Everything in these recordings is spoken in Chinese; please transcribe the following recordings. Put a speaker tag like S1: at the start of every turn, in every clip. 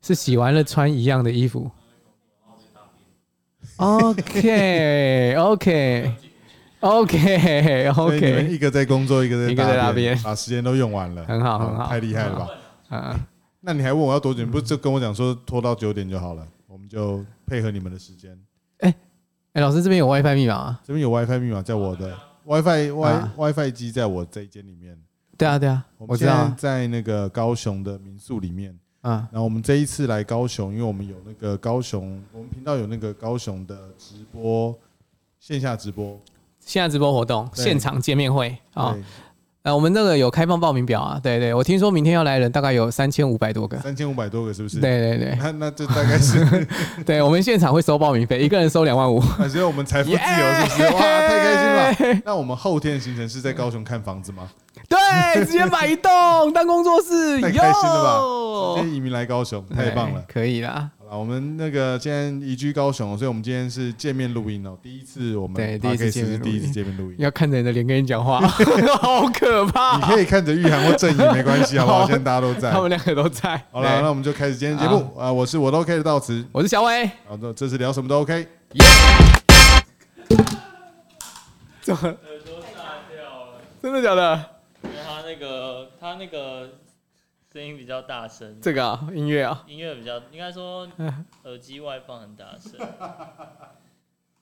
S1: 是洗完了穿一样的衣服。OK OK OK
S2: 所以你们
S1: OK，
S2: 一个在工作，一个在
S1: 一个在大
S2: 便，
S1: 便
S2: 把时间都用完了，
S1: 很好
S2: 嗯
S1: 很好
S2: 太厉害了吧？
S1: 啊，
S2: 那你还问我要多久？你不是就跟我讲说拖到九点就好了，我们就配合你们的时间。
S1: 哎，老师这边有 WiFi 密码吗？
S2: 这边有 WiFi 密码，在我的 WiFi Wi
S1: 啊
S2: WiFi 机在我这一间里面。
S1: 对啊对啊，我
S2: 们
S1: 知
S2: 现
S1: 道
S2: 在
S1: 啊，
S2: 在那个高雄的民宿里面。
S1: 嗯
S2: 然后我们这一次来高雄，因为我们有那个高雄，我们频道有那个高雄的直播线下直播
S1: 现在直播活动，
S2: 对
S1: 现场见面会啊，
S2: 对，
S1: 呃，我们这个有开放报名表啊，对对，我听说明天要来的人大概有三千五百多个，
S2: 三千五百多个是不是？
S1: 对，对对，
S2: 那那这大概是，
S1: 对，我们现场会收报名费，一个人收两万五。
S2: 啊所以我们财富自由是不是？哇，太开心了！那我们后天的行程是在高雄看房 子吗？
S1: 对，直接买一栋当工作室，
S2: 太开心了吧
S1: 哟
S2: 今天移民来高雄，太棒了
S1: 哎！可以啦。
S2: 好了，我们那个现在移居高雄，哦所以我们今天是见面录音哦，第一次我们
S1: 对第一次
S2: podcast
S1: 见面
S2: 是
S1: 录音
S2: 第一次见面录音。
S1: 要看着你的脸跟你 讲话，好可怕
S2: 你。可以看着玉涵或郑怡没关系，好不好？现在大家都在。
S1: 他们两个都在。
S2: 好了，
S1: 对
S2: 那我们就开始今天的节目啊！我是我都 OK 的道慈，
S1: 我是小伟。
S2: 好，那这次聊什么都 OK。
S1: 怎么？
S3: 耳朵炸掉了，
S1: 真的假的？
S3: 因为他那个他那个声音比较大声，
S1: 这个啊，音乐啊，
S3: 音乐比较应该说耳机外放很大声，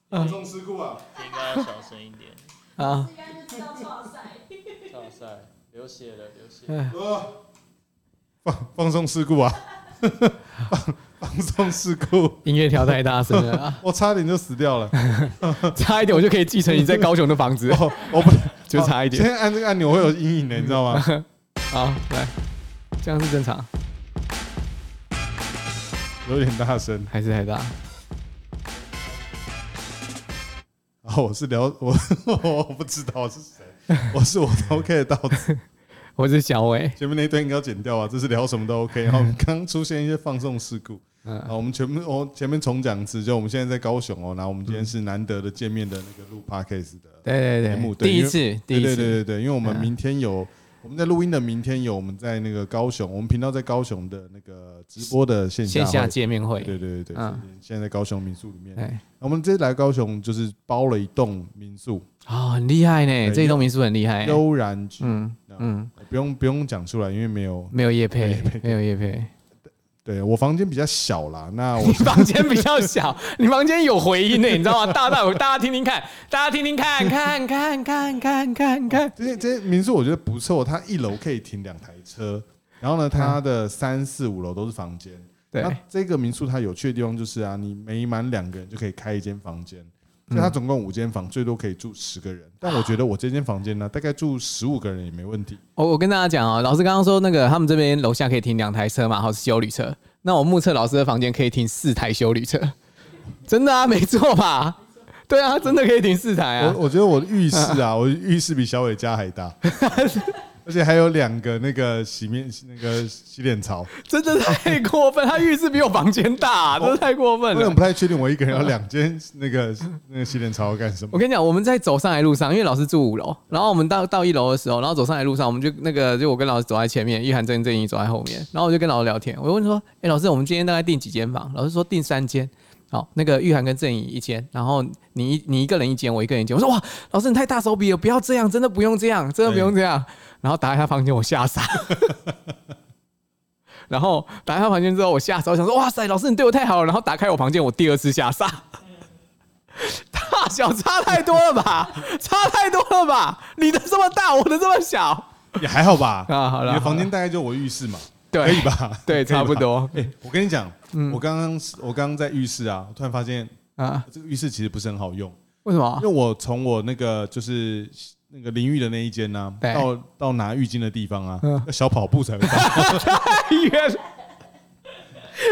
S1: 嗯
S2: 严重事故啊！
S3: 应该要小声一点。
S1: 啊，
S4: 应该就知道哇塞，
S3: 哇塞，流血了，流血！
S1: 嗯
S2: 呃放放松事故啊！ 放放松事故，
S1: 音乐调太大声了啊，
S2: 我差点就死掉 了。
S1: 差一点我就可以继承你在高雄的房 子，
S2: 哦，我不
S1: 就差一点
S2: 现在按这个按钮会有阴影的，你知道吗？
S1: 好，来，这样是正常
S2: 有点大声。
S1: 还是太大？
S2: 然后我是聊我我不知道是谁，我是我都 OK 的道慈。
S1: 我是小伟。
S2: 前面那一段应该要剪掉啊，这是聊什 么都 OK。然后我们刚出现一些放送事故。
S1: 嗯
S2: 好，我们全部我前面重讲一次，就我们现在在高雄哦，然后我们今天是难得的见面的那个录 podcast 的
S1: 嗯对
S2: 节
S1: 对
S2: 目
S1: 对，
S2: 哎对
S1: 第
S2: 因
S1: 一
S2: 为
S1: 次，第一
S2: 对
S1: 次，
S2: 对对对对，因为我们
S1: 嗯
S2: 明天有、我们在录音的明天有我们在那个高雄，我们频道在高雄的那个直播的线下
S1: 线下
S2: 会
S1: 见面会。
S2: 对对对对，
S1: 嗯
S2: 是现在在高雄民宿里面，
S1: 哎，
S2: 我们这次来高雄就是包了一栋民宿，
S1: 哦，很厉害呢，
S2: 对
S1: 这一栋民宿很厉害。
S2: 悠然居，
S1: 哎嗯
S2: 那
S1: 嗯，
S2: 不用不用讲出来，因为没有。
S1: 没有叶配，没有叶配。
S2: 对我房间比较小啦，那我，
S1: 你房间比较小， 你房间有回音呢，你知道吗？大大有，大家听听看，大家听听看，看看看看看看
S2: 这些这些民宿我觉得不错，它一楼可以停两台车，然后呢，它的三四五楼都是房间。
S1: 对
S2: 那这个民宿它有趣的地方就是啊，你每满两个人就可以开一间房间，
S1: 嗯
S2: 所以它总共五间房，最多可以住十个人。但我觉得我这间房间呢，大概住十五个人也没问题。
S1: 我我跟大家讲哦，老师刚刚说那个他们这边楼下可以停两台车嘛，好是修理车。那我目测老师的房间可以停四台修理车， 真的啊，没错吧？对啊，真的可以停四台啊。
S2: 我我觉得我的浴室 啊，我的浴室比小伟家还大，而且还有两个那个洗面那个洗脸槽，
S1: 真的太过分，他浴室比我房间大、啊真的太过分
S2: 我有点
S1: 了。
S2: 不太确定我一个人要两间那个 那个洗脸槽要干什么
S1: 我。跟你讲，我们在走上来路上，因为老师住五楼，然后我们到到一楼的时候，然后走上来路上，我们就那个就我跟老师走在前面，一涵郑郑怡走在后面，然后我就跟老师聊天，我就问说，哎、老师，我们今天大概订几间房？老师说订三间。好，那个玉涵跟郑怡一间，然后你一你一个人一间，我一个人一间。我说哇，老师你太大手笔了，不要这样，真的不用这 样，真的不用这样。然后打开他房间，我吓傻。然后打开他房间之后，我吓傻，我想说哇塞，老师你对我太好了。然后打开我房间，我第二次吓傻，大小差太多了吧？差太多了吧？你的这么大，我的这么小
S2: 也还好吧。
S1: 啊！好了，
S2: 你的房间大概就我浴室嘛，
S1: 对
S2: 可以吧？
S1: 对
S2: 可以吧哎嗯
S1: 差不。多
S2: 我跟你讲，我刚刚我刚刚在浴室啊，我突然发现
S1: 啊？
S2: 这个浴室其实不是很好用，
S1: 为什
S2: 因
S1: 么
S2: 为？我从我那个就是那个淋浴的那一间呢，
S1: 对
S2: 到到拿浴巾的地方啊
S1: 嗯，
S2: 要小跑步才会到。
S1: 太远了，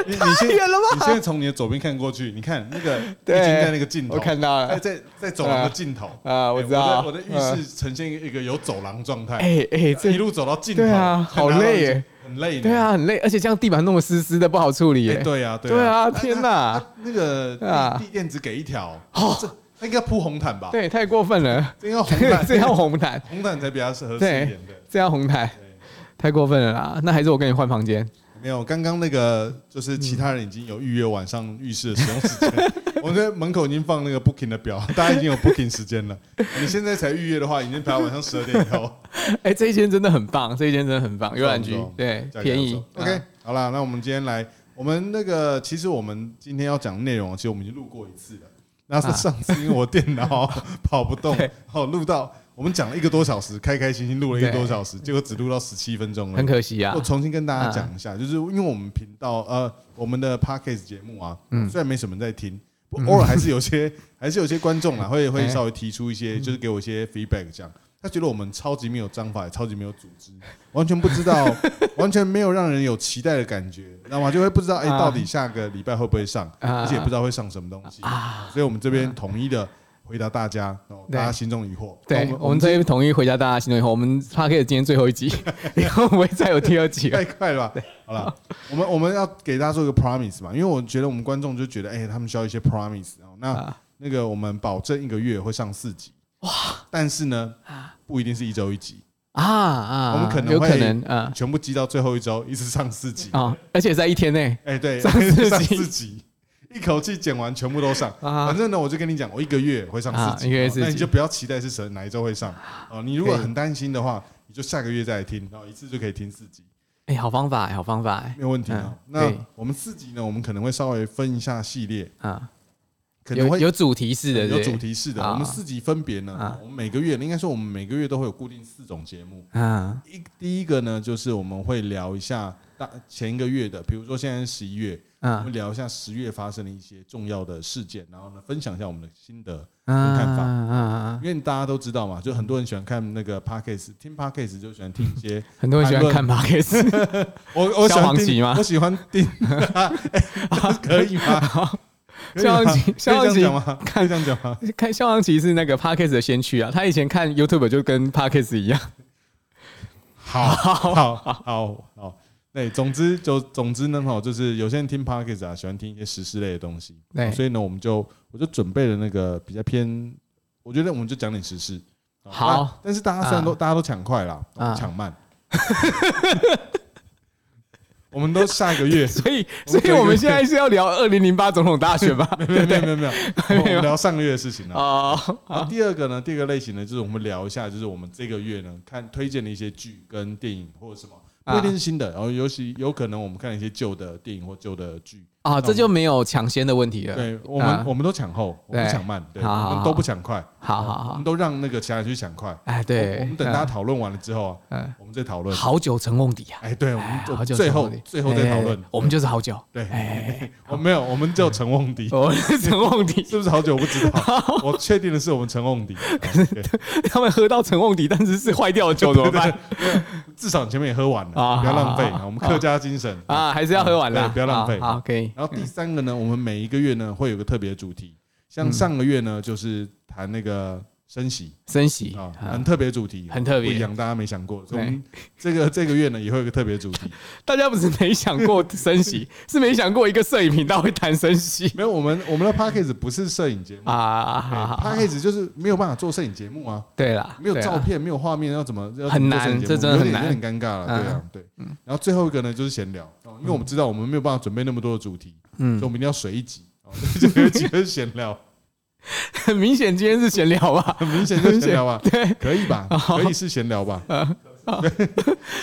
S2: 你你先
S1: 太 远了吧
S2: 你现在从你的左边看过去，你看那个浴
S1: 对
S2: 巾在那个尽头，
S1: 我看到
S2: 在
S1: 了
S2: 在在走廊的尽头
S1: 啊，我
S2: 对
S1: 知道，嗯
S2: 在我的浴室呈现一个有走廊状态，
S1: 哎哎，这
S2: 一路走到尽头，
S1: 对啊
S2: 才拿到
S1: 好累
S2: 浴巾
S1: 耶，
S2: 很累呢，
S1: 对啊，很累，而且这样地板弄得湿湿的，不好处理
S2: 哎、
S1: 耶。
S2: 对啊，对
S1: 对啊
S2: 那
S1: 天
S2: 那
S1: 哪
S2: 那那个
S1: 对啊
S2: 地地垫只给一条，哦，这那应该铺红毯吧？，
S1: 对，太过分了，
S2: 这要红 毯，
S1: 这样红毯，
S2: 红毯才比较适合适一点的。
S1: 这样红毯，太过分了啦！那还是我跟你换房间，
S2: 没有，刚刚那个就是其他人已经有预约晚上浴室的使用时间，我在门口已经放那个 booking 的表，大家已经有 booking 时间了。你现在才预约的话，已经排到晚上十二点以后，
S1: 哎、这一间真的很棒，这一间真的很棒，游览区
S2: 棒
S1: 对
S2: 加 油
S1: 便宜。
S2: OK，、
S1: 啊
S2: 好啦，那我们今天来，我们那个其实我们今天要讲的内容，其实我们已经录过一次了。那是
S1: 啊
S2: 上次因为我电脑跑 不动
S1: 对，
S2: 好录到我们讲了一个多小时，开开心心录了一个多小时，结果只录到十七分钟了
S1: 很。可惜啊
S2: 我。重新跟大家讲一下，就是因为我们频道呃，我们的 podcast 节目啊，
S1: 嗯
S2: 虽然没什么人在听，不偶尔还是有些 还是有些观众啦，啊会会
S1: 哎
S2: 稍微提出一些，就是给我一些 feedback 这样。他觉得我们超级没有章法，也超级没有组织， 完全不知道， 完全没有让人有期待的感觉，那么就会不知道哎、
S1: 啊
S2: 到底下个礼拜会不会上，
S1: 啊
S2: 而且也不知道会上什么东西。所以我们这边统一的回答大家，哦
S1: 对
S2: 大家心中疑惑。那
S1: 对，我们这边统一回家大家行动以后，我们 p a r k 今天最后一集，以后不会再有第二集了。
S2: 太快了吧？好了，我们我们要给大家做一个 promise 嘛，因为我觉得我们观众就觉得，哎、他们需要一些 promise 哦。那、
S1: 啊
S2: 那个我们保证一个月会上四集，哇！但是呢，不一定是一周一集，
S1: 啊啊！
S2: 我们可能
S1: 有
S2: 会
S1: 可能啊
S2: 全部积到最后一周，一次上四集。
S1: 啊，而且在一天内
S2: 哎、对，
S1: 上四集
S2: 上四集。一口气剪完全部都上，
S1: 啊
S2: 反正呢，我就跟你讲，我一个月会上四集，
S1: 啊一个月
S2: 哦
S1: 四集
S2: 那你就不要期待是谁哪一周会上哦。你如果
S1: 可以
S2: 很担心的话，你就下个月再来听，哦然后一次就可以听四集。
S1: 哎、好方法、好方法、
S2: 没有问题啊。
S1: 嗯
S2: 那
S1: 对
S2: 我们四集呢，我们可能会稍微分一下系列，
S1: 啊，
S2: 可能
S1: 有
S2: 会
S1: 有主题式的，
S2: 有
S1: 对不对
S2: 主题式的。
S1: 啊
S2: 我们四集分别呢
S1: 啊，
S2: 我们每个月应该说我们每个月都会有固定四种节目。
S1: 啊，
S2: 一第一个呢，就是我们会聊一下大前一个月的，比如说现在是十一月，我
S1: 啊
S2: 们聊一下十月发生的一些重要的事件，然后呢分享一下我们的心得。
S1: 啊
S2: 看法
S1: 啊啊！
S2: 因为大家都知道嘛，就很多人喜欢看那个 podcast，听 podcast 就喜欢听一些
S1: 很多人喜欢看 p o d c a s
S2: 我我
S1: 消
S2: 喜欢
S1: 防旗
S2: 听
S1: 吗
S2: 我喜欢 听，哎可以吗？可以吗
S1: 消防旗
S2: 可以这样讲吗？
S1: 旗
S2: 可以这样讲吗？
S1: 看肖昂奇是那个 p o d c a s 的先驱啊，他以前看 YouTube 就跟 p o d c a s 一样。
S2: 好好好好，对，总之就总之呢，哈，就是有些人听 podcast 啊，喜欢听一些时事类的东西，
S1: 对
S2: 所以呢，我们就我就准备了那个比较偏，我觉得我们就讲点时事。哦
S1: 好
S2: 那但是大家虽然都
S1: 啊
S2: 大家都抢快啦，我们
S1: 啊
S2: 抢慢， 我们都下 个月
S1: 所以，所以我们现在是要聊二零零八总统大选吧？
S2: 没有没有没有没有，我们聊上个月的事情啊。
S1: 哦，
S2: 然后第二个呢，第二个类型呢，就是我们聊一下，就是我们这个月呢看推荐的一些剧跟电影或者什么，
S1: 啊
S2: 不一定是新的，然后尤其有可能我们看了一些旧的电影或旧的剧。
S1: 啊，这就没有抢先的问题了。
S2: 对我们、
S1: 啊
S2: 我们都抢后，我们
S1: 对
S2: 不抢慢，对，
S1: 好好
S2: 我们都不抢快，
S1: 好好
S2: 我
S1: 好
S2: 们，都让那个其他人去抢快。
S1: 哎，对，
S2: 我们等大家讨论完了之后啊，
S1: 嗯
S2: 我们再讨论。
S1: 好久成瓮底啊，
S2: 哎，对，我
S1: 哎
S2: 们我
S1: 好
S2: 们
S1: 久
S2: 最
S1: 成
S2: 后
S1: 瓮底
S2: 最后再讨论
S1: 哎。我们就是好久，
S2: 对，
S1: 哎，
S2: 我没有，我们就陈瓮迪，
S1: 我们是成瓮底，
S2: 是不是好久我不知道？我确定的是我们 陈瓮迪，对
S1: 他们喝到成瓮底，但是是坏掉 的酒怎么办
S2: 至少你前面也喝完了，
S1: 啊
S2: 不要浪费
S1: 好好。好
S2: 我们客家精神啊。
S1: 啊？还是要喝完了，
S2: 对不要浪费
S1: 好，好可以。
S2: 然后第三个呢，我们每一个月呢会有个特别的主题，
S1: 嗯
S2: 像上个月呢就是谈那个升息
S1: 升息
S2: 啊，
S1: 啊
S2: 很特别的主题，
S1: 很特别
S2: 不一样，大家没想过。所
S1: 对
S2: 以我们这个这个月呢也会有个特别的主 题，
S1: 大家不是没想过升息， 是没想过一个摄影频道会谈升息
S2: 没有我们我们的 p a c k a g e 不是摄影节目。
S1: 啊
S2: 对
S1: 好好
S2: p
S1: 好
S2: a c k a g e 就是没有办法做摄影节目啊，
S1: 对啦，
S2: 没有
S1: 对啦
S2: 照片，没有画面，要怎么要
S1: 很
S2: 怎么做摄影
S1: 难
S2: 节目
S1: 这真的
S2: 有
S1: 很
S2: 点有
S1: 难嗯
S2: 点尴尬了，对啊，对。然后最后一个呢就是闲聊，哦因为我们知道我们没有办法准备那么多的主题，所以
S1: 嗯
S2: 我，们一定要水一集，哦 就有几个是闲聊，
S1: 很嗯明显今天是闲聊吧？
S2: 很明显就是闲聊啊，
S1: 对，哦嗯
S2: 可以吧？可以是闲聊吧？什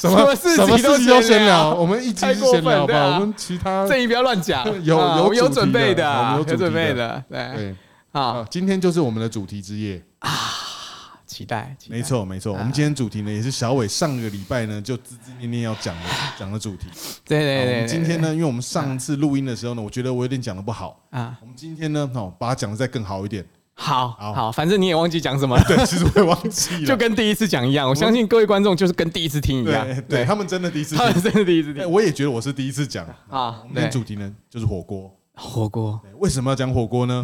S1: 什
S2: 么
S1: 么
S2: 什
S1: 事
S2: 么
S1: 情都
S2: 事情都闲
S1: 闲
S2: 聊，
S1: 聊
S2: 我们一集
S1: 太
S2: 是
S1: 过
S2: 闲聊
S1: 分对
S2: 吧，
S1: 啊
S2: 我们其他，
S1: 这一不要乱讲
S2: 有
S1: 啊
S2: 有
S1: 我们有
S2: 主题
S1: 准备啊
S2: 的我们有
S1: 有
S2: 主题
S1: 准备
S2: 的
S1: 的，对，
S2: 对
S1: 好，
S2: 啊，今天就是我们的主题之夜，
S1: 期待，期待
S2: 没，错没错。我们今天主题呢也是小伟上个礼拜呢就孜孜念念要 讲的讲的主题。
S1: 对
S2: 好
S1: 对
S2: 我
S1: 对
S2: 们
S1: 对，
S2: 今天呢，因为我们上次录音的时候呢，我觉得我有点讲的不好，
S1: 对啊，
S2: 我们今天呢，哦，把它讲的再更好 一点。
S1: 好
S2: 好
S1: 好，反正你也忘记讲什么了，
S2: 对，其实我也忘记了，
S1: 就跟第一次讲一样，我相信各位观众就是跟第一次听一样
S2: 对，对，
S1: 对，
S2: 他们真的第一次
S1: 他们
S2: 听，
S1: 真的第一次
S2: 哎
S1: 听
S2: 我也觉得我是第一次讲。
S1: 啊
S2: 我，们今
S1: 对
S2: 天，主题呢就是火锅。
S1: 火锅，
S2: 对为什么要讲火锅呢？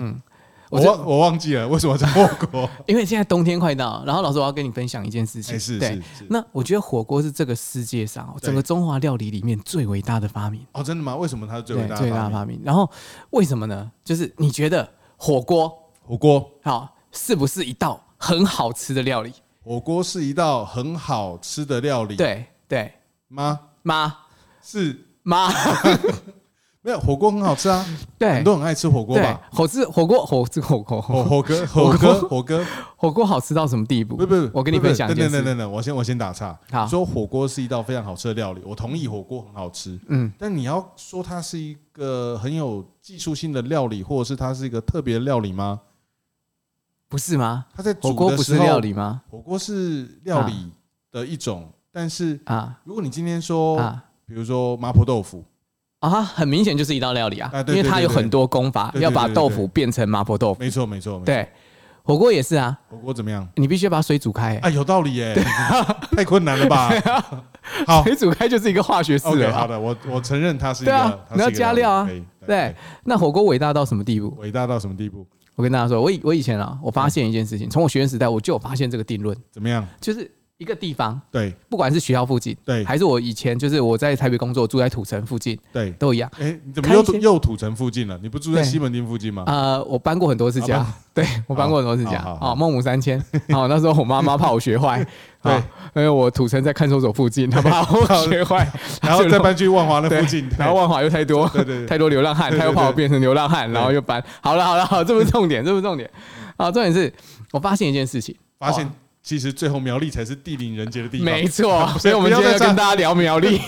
S1: 我
S2: 我
S1: 这
S2: 忘我忘记了为什么要讲火锅。
S1: 因为现在冬天快到了，然后老师我要跟你分享一件事情，
S2: 哎，是
S1: 对
S2: 是。是。
S1: 那我觉得火锅是这个世界上哦
S2: 对
S1: 整个中华料理里面最伟大的发明，
S2: 哦，真的吗？为什么它是最
S1: 对
S2: 伟大
S1: 最
S2: 的
S1: 伟大
S2: 发
S1: 的
S2: 明？
S1: 发明。然后为什么呢？就是你觉得火锅
S2: 火锅，
S1: 好是不是一道很好吃的料理？
S2: 火锅是一道很好吃的料理，
S1: 对对
S2: 吗？
S1: 妈，
S2: 是
S1: 妈，
S2: 没有火锅很好吃啊，
S1: 对
S2: 很多人爱吃火锅
S1: 对
S2: 吧？，
S1: 火吃火锅火吃火锅
S2: 火火哥，
S1: 火锅
S2: 火哥，火哥，
S1: 火锅好吃到什么地步？
S2: 不不，
S1: 我跟你
S2: 不不
S1: 分享一
S2: 等
S1: 件
S2: 等
S1: 事
S2: 等等等，我先我先打岔。
S1: 好
S2: 你说火锅是一道非常好吃的料理，我同意火锅很好吃，
S1: 嗯，
S2: 但你要说它是一个很有技术性的料理，或者是它是一个特别的料理吗？
S1: 不是吗？
S2: 它在煮
S1: 火锅
S2: 的
S1: 不
S2: 时
S1: 是
S2: 候
S1: 料，理啊吗？
S2: 火锅是料理的一种，但是
S1: 啊
S2: 如果你今天说，
S1: 啊
S2: 比如说麻婆豆腐，
S1: 啊！它很明显就是一道料理啊，
S2: 啊对
S1: 因为它
S2: 对对
S1: 有
S2: 对
S1: 很多功法，
S2: 对对
S1: 要把
S2: 对对
S1: 豆
S2: 对
S1: 腐变成麻婆豆腐。
S2: 没错没错，没错，
S1: 对，火锅也是啊，
S2: 火锅怎么样？
S1: 你必须要把水煮开、
S2: 啊，有道理耶， 太困难了吧？
S1: 啊
S2: 好
S1: 水煮开就是一个化学式
S2: ，OK，
S1: 了
S2: 好
S1: 吧。
S2: 的，我我承认它是一个，
S1: 对啊
S2: 它是一个
S1: 你要加料啊
S2: 料理，可以
S1: 对，那火锅伟大到什么地步？
S2: 伟大到什么地步？
S1: 我跟大家说，我以我以前啊，我
S2: 嗯
S1: 发现一件事情，从我学生时代我就有发现这个定论，
S2: 怎么样？
S1: 就是一个地方，
S2: 对
S1: 不管是学校附近，
S2: 对
S1: 还是我以前就是我在台北工作，住在土城附近
S2: 对，
S1: 都一样。
S2: 哎，你怎么
S1: 开
S2: 又
S1: 一些
S2: 又土城附近了？你不住在
S1: 对
S2: 西门町附近吗？
S1: 呃，我搬过很多次家
S2: 好，
S1: 对我搬过很多次家
S2: 好好，好
S1: 哦，孟母三迁，哦，那时候我妈妈怕我学坏，
S2: 对
S1: 哦，因为我土城在看守所附近，她怕 我学坏，
S2: 然后
S1: 就
S2: 再搬去万华那附
S1: 对
S2: 近，
S1: 然后万华又太多，
S2: 对对对
S1: 太多流浪汉，
S2: 对对
S1: 他又怕我变成流浪汉，
S2: 对
S1: 然后又搬。好了好了，好，这不是重 点，这不是重点。啊，重点是我发现一件事情，
S2: 发现其实最后苗栗才是地灵人杰的地方。
S1: 没错，
S2: 不
S1: 所以我们
S2: 不要
S1: 今天要
S2: 再
S1: 跟大家聊苗 栗。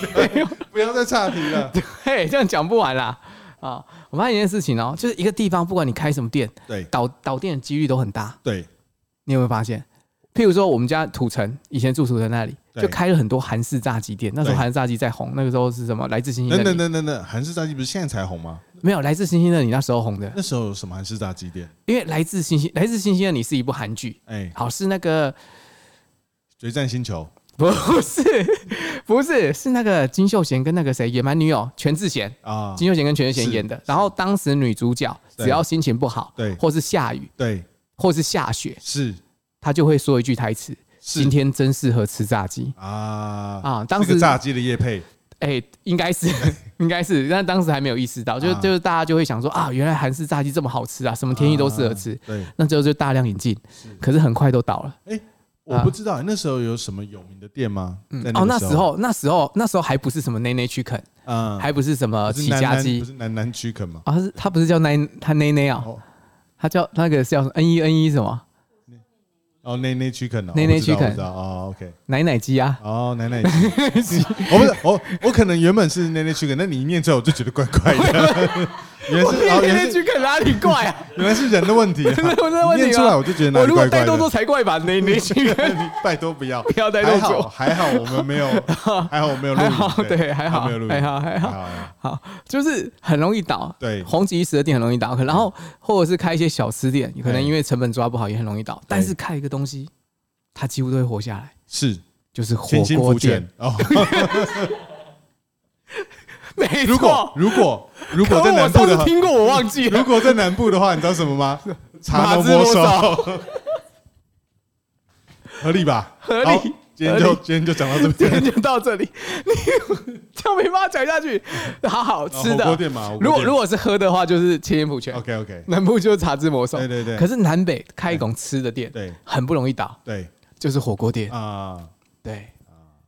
S2: 不要再岔题 了。
S1: 嘿，这样讲不完啦。啊，我发现一件事情哦，就是一个地方，不管你开什么店，
S2: 对
S1: 倒倒店的几率都很大。
S2: 对
S1: 你有没有发现？譬如说，我们家土城以前住土城那里，
S2: 对
S1: 就开了很多韩式炸鸡店。那时候
S2: 对
S1: 韩式炸鸡在红，那个时候是什么？来自星星
S2: 等
S1: 的
S2: 等
S1: 你，
S2: 等等等，韩式炸鸡不是现在才红吗？
S1: 没有来自星星的你那时候红的，
S2: 那时候有什么韩式炸鸡店？
S1: 因为来自星星，来自星星的你是一部韩剧，
S2: 哎，
S1: 好是那个
S2: 决战星球
S1: 不是，不是，是那个金秀贤跟那个谁野蛮女友全智贤，
S2: 啊，
S1: 金秀贤跟全智贤
S2: 是
S1: 演的
S2: 是。
S1: 然后当时女主角
S2: 对
S1: 只要心情不好，
S2: 对
S1: 或是下雨，
S2: 对，
S1: 或是下雪，
S2: 是
S1: 她就会说一句台词：“
S2: 是
S1: 今天真适合吃炸鸡。
S2: 啊
S1: 啊当
S2: 这个
S1: 时
S2: 炸鸡的叶配，”
S1: 哎，应该是， 应该是，但当时还没有意识到，就
S2: 啊
S1: 就是大家就会想说啊，原来韩式炸鸡这么好吃啊，什么天意都适合吃
S2: 啊。对，
S1: 那之后就大量引进，可是很快都倒了。
S2: 我不知道那时候有什么有名的店吗？在
S1: 哦，那
S2: 个
S1: 时候，那时候，那时候还不是什么内内 chicken，
S2: 啊，
S1: 还不是什么
S2: 不是
S1: 起
S2: 南
S1: 家
S2: 南
S1: 鸡
S2: 不，是南南区肯吗？
S1: 啊，他是他不是叫奈他奈奈啊，
S2: 哦
S1: 他叫那个是叫 N 一 N 一什么
S2: 哦，那那区肯哦，
S1: 内内
S2: 我知道
S1: chicken
S2: 我知道哦，OK，
S1: 奶奶鸡啊，
S2: 哦，奶奶鸡， 我不是我我可能原本是那那区肯，但你一念出来我就觉得怪怪的， 原来是哦
S1: 奶
S2: 原
S1: 奶
S2: 来是
S1: 鸡看哪里怪 啊？
S2: 原来是人的问题啊，
S1: 真 的我真的问
S2: 你
S1: 你
S2: 念出来我就觉得哪
S1: 我
S2: 里
S1: 如果
S2: 怪怪
S1: 带
S2: 的
S1: 动作。才怪吧，奶奶鸡看
S2: 你 拜托不要，
S1: 不要带
S2: 还
S1: 动
S2: 好
S1: 作，
S2: 还好我 们没有，还好我没有录
S1: 还
S2: 影，
S1: 好对，还好
S2: 没有录影，
S1: 还好还好，
S2: 好，
S1: 好就是很容易倒。
S2: 对
S1: 红极一时的店很容易倒，可然后或者是开一些小吃店，可能
S2: 对
S1: 因为成本抓不好也很容易倒。但是开一个东西，它几乎都会活下来，
S2: 是
S1: 就是火
S2: 天心
S1: 锅
S2: 福
S1: 店
S2: 犬。哦。
S1: 没
S2: 如果
S1: 错，
S2: 如 果如
S1: 可
S2: 果在
S1: 恶我
S2: 南部
S1: 上
S2: 的
S1: 次
S2: 话，
S1: 听过，我忘记了
S2: 如。果在南部的话，你知道什么吗？
S1: 马
S2: 茶
S1: 之
S2: 浓
S1: 多
S2: 手
S1: 少，
S2: 合理吧？
S1: 合理
S2: 好今天
S1: 合
S2: 就
S1: 理
S2: 今天就讲到这
S1: 今
S2: 边。
S1: 天就到这里，你 这样没办法讲下去。好好
S2: 哦
S1: 吃
S2: 火锅
S1: 的，
S2: 店嘛，
S1: 如果如
S2: 果
S1: 果是喝的话，就是千年普泉，
S2: OK OK，
S1: 南部就是茶之魔手
S2: 对。对对，
S1: 可是南北开一种吃的店，
S2: 对
S1: 很不容易倒，
S2: 对
S1: 就是火锅店。
S2: 啊，
S1: 对，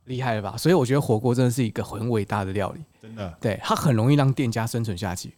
S1: 厉害了吧？所以我觉得火锅真的是一个很伟大的料理，
S2: 真的
S1: 对，它很容易让店家生存下去。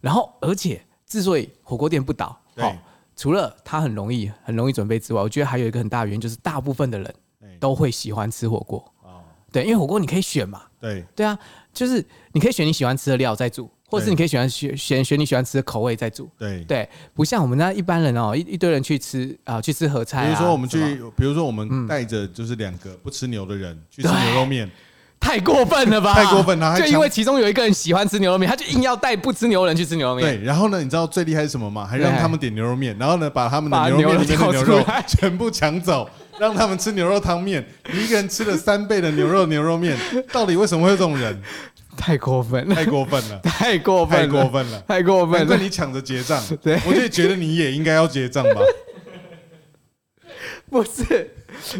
S1: 然后，而且之所以火锅店不倒，
S2: 对
S1: 好，除了它很容易很容易准备之外，我觉得还有一个很大的原因就是大部分的人
S2: 对
S1: 都会喜欢吃火锅。
S2: 哦
S1: 对，因为火锅你可以选嘛，
S2: 对
S1: 对啊，就是你可以选你喜欢吃的料再煮，或者是
S2: 对
S1: 你可以喜欢选选选你喜欢吃的口味再煮。
S2: 对。
S1: 对，不像我们那一般人哦，一一堆人去吃啊、去吃合菜、啊。
S2: 比如说我们
S1: 什
S2: 去
S1: 么，
S2: 比如说我
S1: 嗯
S2: 们带着就是两个不吃牛的人去吃牛肉面，
S1: 太过分了吧？
S2: 太过分了 还
S1: 就因
S2: 强
S1: 为其中有一个人喜欢吃牛肉面，他就硬要带不吃牛的人去吃牛肉面。
S2: 对，然后呢，你知道最厉害是什么吗？还让
S1: 哦对
S2: 他们点牛肉面，然后呢，把他们
S1: 把
S2: 的牛肉面里面的
S1: 牛肉
S2: 牛
S1: 挑
S2: 肉
S1: 出来
S2: 全部抢走，让他们吃牛肉汤面。你一个人吃了三倍的牛肉牛肉面，到底为什么会有这种人？
S1: 太过分 了，
S2: 太过分了，
S1: 太过
S2: 太
S1: 分
S2: 过
S1: 了，
S2: 分了！
S1: 太过
S2: 难
S1: 分
S2: 怪
S1: 了，
S2: 你抢着结账，
S1: 对
S2: 我就觉得你也应该要结账吧。
S1: 不是，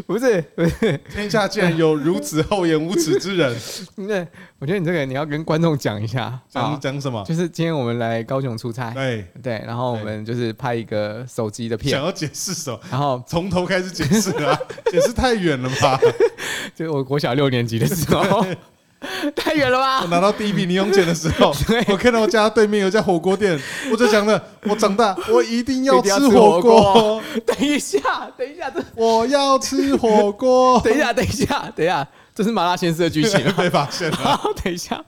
S1: 不是，不是。
S2: 天下竟然有如此厚颜无耻 之人！
S1: 啊那我觉得你这个你要跟观众讲一下
S2: 讲
S1: 啊，
S2: 讲什么？
S1: 就是今天我们来高雄出差，
S2: 对，
S1: 对，然后我们就是拍一个手机的片
S2: 想，要解释什么？
S1: 然后
S2: 从头开始解释啊，解释太远了吧？
S1: 就我国小六年级的时候， 太远了
S2: 我
S1: 吧？
S2: 拿到第一笔零用钱的时候，我看到我家 对面有一家火锅店，我就想 着，我长大我一定要
S1: 一定要
S2: 吃
S1: 吃
S2: 火
S1: 火锅
S2: 锅，
S1: 等一下，等一下，这
S2: 我要吃火锅，
S1: 等一下，等一下，等一下，这是麻辣鲜师的剧情。
S2: 被发现了。
S1: 好，等一下，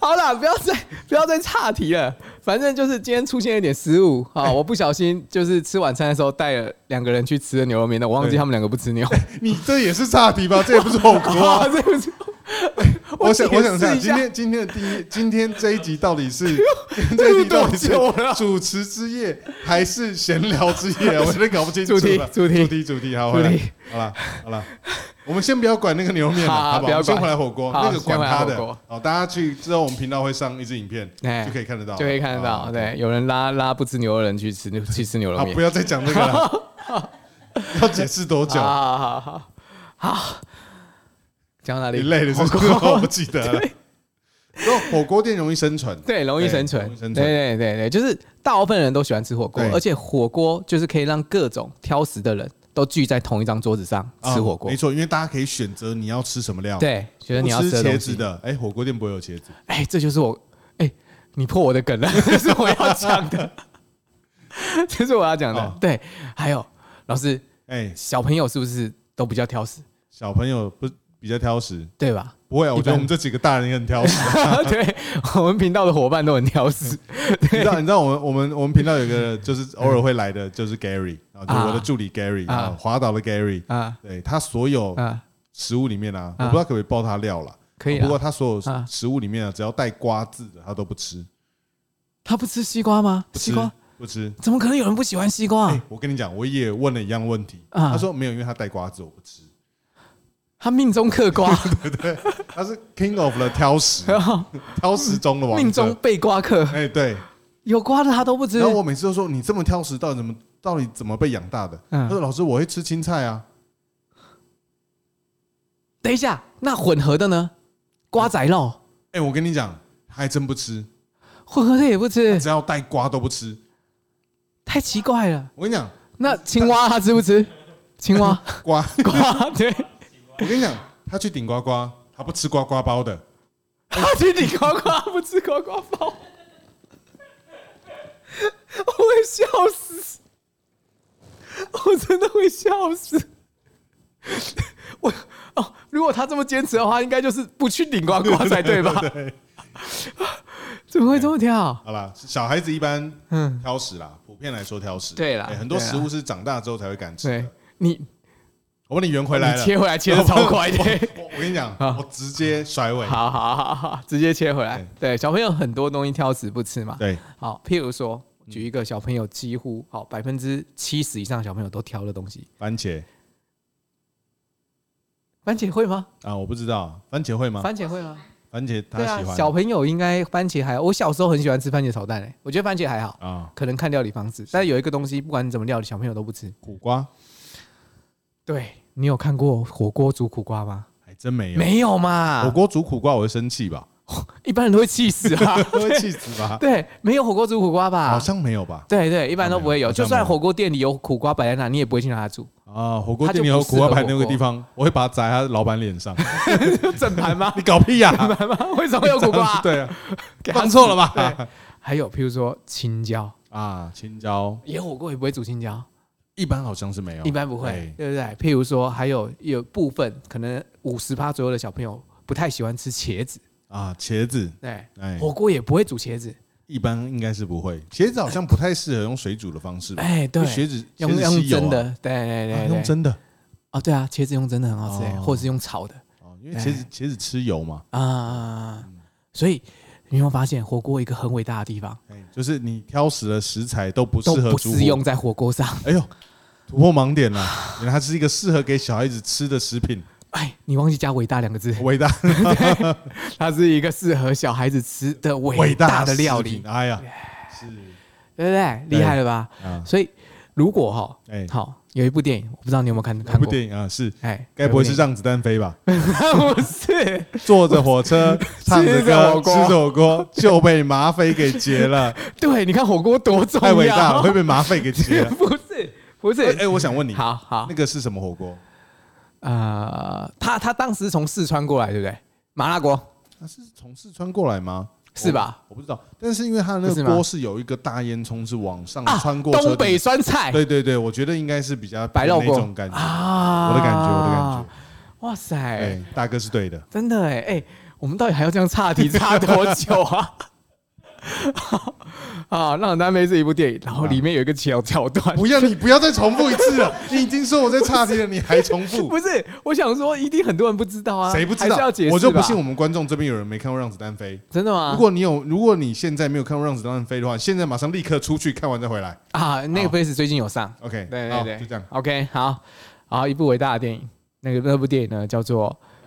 S1: 好啦，不要再不要再岔题了。反正就是今天出现一点失误啊，我不小心就是吃晚餐的时候带了两个人去吃了牛肉面，但我忘记
S2: 对
S1: 他们两个不吃 牛。
S2: 你这也是差题吧？这也不是火锅啊、
S1: 啊，对不起，
S2: 我想，我想
S1: 解释一
S2: 想，今
S1: 下哎
S2: 天今天的第一，今天这一集到底是 这一集到底是主持之夜还是闲聊之 夜？我有点搞不清楚
S1: 主题
S2: 了。
S1: 主题
S2: 主题主题，好，
S1: 主
S2: 回来
S1: 题
S2: 好了好了，我们先不要管那个牛肉面了，
S1: 好好
S2: 好
S1: 不
S2: 不好？
S1: 要
S2: 我们先
S1: 管
S2: 回来火锅，
S1: 好
S2: 那个
S1: 先
S2: 管他
S1: 回来火
S2: 的
S1: 锅。
S2: 好，大家去之后，我们频道会上一支影片，
S1: 哎
S2: 就可以看得到，
S1: 就可以看得
S2: 好
S1: 到，。对，有人拉拉不吃牛的人去吃牛去吃牛肉
S2: 好，
S1: 面
S2: 啊不。要再讲那 个了，要解释多久？
S1: 好好好好好，讲到哪
S2: 你
S1: 里？
S2: 累了是不是？ 我不记得了。然后火锅店容易生存，
S1: 对，容易生存，
S2: 容易生存
S1: 对对对对，就是大部分人都喜欢吃火锅
S2: 对，
S1: 而且火锅就是可以让各种挑食的人都聚在同一张桌子上吃火锅。
S2: 啊没错，因为大家可以选择你要吃什么料。，
S1: 对，觉得你要
S2: 吃
S1: 吃的
S2: 茄
S1: 东
S2: 子
S1: 西，
S2: 的，哎，火锅店不会有茄子。
S1: 哎、这就是我，哎、你破我的梗了，这是我要讲的， 这是我要讲的。
S2: 哦
S1: 对，还有老师，
S2: 哎，
S1: 小朋友是不是都比较挑食？
S2: 小朋友不比较挑食，
S1: 对 吧？
S2: 不会啊，我觉得
S1: 一般
S2: 我们这几个大人也 很挑食。
S1: 对，我们频道的伙伴都很挑食。
S2: 你知道，你知道我们我们我们频道有个就是偶尔会来的，就是 Gary 啊，就是
S1: 啊
S2: 我的助理 Gary
S1: 啊
S2: 啊，滑倒的 Gary，
S1: 啊
S2: 对他所有
S1: 啊，食
S2: 食物里面啊，
S1: 啊
S2: 我不知道可不可以爆他料了。
S1: 可以
S2: 不过
S1: 啊。
S2: 他所有
S1: 啊
S2: 食物里面啊，只要带瓜字的，他都不吃，
S1: 他不吃西瓜吗？
S2: 不
S1: 西
S2: 吃
S1: 瓜
S2: 不吃。
S1: 怎么可能有人不喜欢西瓜、
S2: 哎
S1: 啊？，
S2: 我跟你讲，我也问了一样问题，
S1: 啊
S2: 他说没有，因为他带瓜子，我不吃。
S1: 他命中嗑 瓜，啊
S2: 他是 King of the 挑食，挑食中的王者
S1: 命中被瓜嗑，
S2: 哎、对，
S1: 有瓜的他都不吃
S2: 然。后我每次都说你这么挑食，到底怎么到底怎么被养大的？
S1: 嗯
S2: 他说老师我会吃青菜啊，
S1: 等一下，那混合的呢？瓜仔肉，
S2: 哎、我跟你讲，他还真不吃，
S1: 混合的也不吃，
S2: 只要带瓜都不吃。
S1: 太奇怪了。
S2: 我跟你讲，
S1: 那青蛙他吃不吃？青蛙
S2: 瓜，
S1: 瓜对，
S2: 我跟你讲，他去顶呱呱，他不吃呱呱包的，
S1: 他吃顶呱呱不吃呱呱包，我会笑死，我真的会笑死。我哦，如果他这么坚持的话，应该就是不去顶呱呱才对吧？
S2: 对，
S1: 怎么会这么跳？
S2: 好啦，小孩子一般
S1: 嗯
S2: 挑食啦，普遍来说挑食。
S1: 对啦
S2: 哎很多
S1: 对啦
S2: 食物是长大之后才会敢吃
S1: 对
S2: 的。
S1: 你
S2: 我把你圆回来了，
S1: 你切回来切的超快的。
S2: 我我我跟你讲，
S1: 好
S2: 我直接甩尾。
S1: 好好好好，直接切回来。对，小朋友很多东西挑食不吃嘛。
S2: 对，
S1: 好，譬如说，举一个小朋友几乎好百分之七十以上小朋友都挑的东西，
S2: 番茄
S1: 番茄会吗？
S2: 啊，我不知道番茄会吗？
S1: 番茄会吗？
S2: 番茄啊他
S1: 对啊
S2: 喜，欢
S1: 小朋友应该番茄还好。我小时候很喜欢吃番茄炒蛋诶、欸我觉得番茄还好，
S2: 啊，
S1: 可能看料理方式。但有一个东西，不管你怎么料理，小朋友都不吃。
S2: 苦瓜
S1: 对你有看过火锅煮苦瓜吗？
S2: 还真没有。
S1: 没啊有嘛，
S2: 火锅煮苦瓜我会生气 吧？。
S1: 一般人都会气死啊
S2: 会气死吧？
S1: 对，啊没有火锅煮苦瓜吧？
S2: 好像没有吧？
S1: 对对，一般都不会有。
S2: 好像
S1: 就
S2: 没有
S1: 算火锅店里有苦瓜摆在那，你也不会去拿它 煮，
S2: 啊，火锅店里有苦瓜盘那个地方，我会把它砸在他老板 脸上。
S1: 整盘吗？
S2: 你搞屁啊呀？
S1: 盘吗？ 为什么有苦瓜？
S2: 对啊，
S1: 给它
S2: 放错了
S1: 对
S2: 吧？
S1: 还有，譬如说青椒，
S2: 啊，青椒
S1: 野火锅也不会煮青椒，
S2: 一般好像是没有，
S1: 一般不会，
S2: 哎
S1: 对不对？譬如说，还有有部分可能五十趴左右的小朋友不太喜欢吃茄子，
S2: 啊，茄子
S1: 对，
S2: 哎，
S1: 火锅也不会煮茄子，
S2: 一般应该是不会。茄子好像不太适合用水煮的方式吧？
S1: 哎，对
S2: 因为，茄子
S1: 用
S2: 茄子
S1: 用
S2: 吸油啊
S1: 蒸的，对对
S2: 啊
S1: 对
S2: 用
S1: 对，
S2: 蒸的
S1: 哦，对啊，茄子用蒸的很好吃，哎
S2: 哦
S1: 或者是用炒的
S2: 哦，因为茄
S1: 哎
S2: 子茄子吃油嘛，
S1: 啊，
S2: 嗯
S1: 所以你有没有发现火锅一个很伟大的地方？
S2: 哎，就是你挑食的食材都不适
S1: 都
S2: 合
S1: 不
S2: 煮
S1: 适
S2: 火
S1: 用在火锅上。
S2: 哎呦，突破盲点了！原来它是一个适合给小孩子吃的食品，
S1: 哎，你忘记加“伟大”两个字，
S2: 伟大
S1: 它是一个适合小孩子吃的伟大的料
S2: 食
S1: 理
S2: 品，哎呀，是
S1: 对不对？
S2: 对
S1: 厉害了吧？
S2: 啊，
S1: 所以如果哈，
S2: 哎，
S1: 好有一部电影，我不知道你有没有看
S2: 这
S1: 看
S2: 部
S1: 过？
S2: 电影啊，是
S1: 哎，
S2: 该不会是
S1: 这？
S2: 让子弹飞吧？
S1: 不是，
S2: 坐着火车，唱着歌，
S1: 着火锅
S2: 吃着火锅就被麻匪给劫 了，
S1: 对，你看火锅多重要，
S2: 太伟大 了，会被麻匪给劫了。
S1: 不是，不
S2: 哎
S1: 是。
S2: 哎，我想问你，
S1: 好好
S2: 那，个是什么火锅？
S1: 呃，他他当时从四川过来，对不对？麻辣锅，
S2: 他是从四川过来吗？
S1: 是吧？
S2: 我不知道，但是因为他的那
S1: 不是
S2: 个
S1: 吗
S2: 锅是有一个大烟囱是往上
S1: 啊，
S2: 穿过车
S1: 东
S2: 顶
S1: 北酸菜
S2: 对对对，我觉得应该是比较
S1: 哎白
S2: 偏
S1: 肉
S2: 那
S1: 锅
S2: 种感觉，
S1: 啊，
S2: 我的感觉，我的感觉，
S1: 觉，哇塞，
S2: 哎，大哥是 对的。
S1: 真的哎、哎、我们到底还要这样岔 题岔多久啊？ 啊，《让南梅》是一部电影，然后里面有一个桥桥段，
S2: 不要你不要再重复一次了，你已经说我在岔题了，你还重复，
S1: 不是？我想说，一定很多人不知道啊，
S2: 谁不知
S1: 还是
S2: 道
S1: 要解释？啊
S2: 我就不信我，们观众这边有人没看过《让子弹飞》。
S1: 真的吗？
S2: 如果你有，如果你现在没有看过《让子弹飞》的话，现在马上立刻出去看完再回来。
S1: 啊，那个
S2: 好
S1: face 最近有上，
S2: OK，
S1: 对
S2: 好
S1: 对对，
S2: 就这样。
S1: OK，好，好，一部伟大的电影，那个那部电影呢叫做《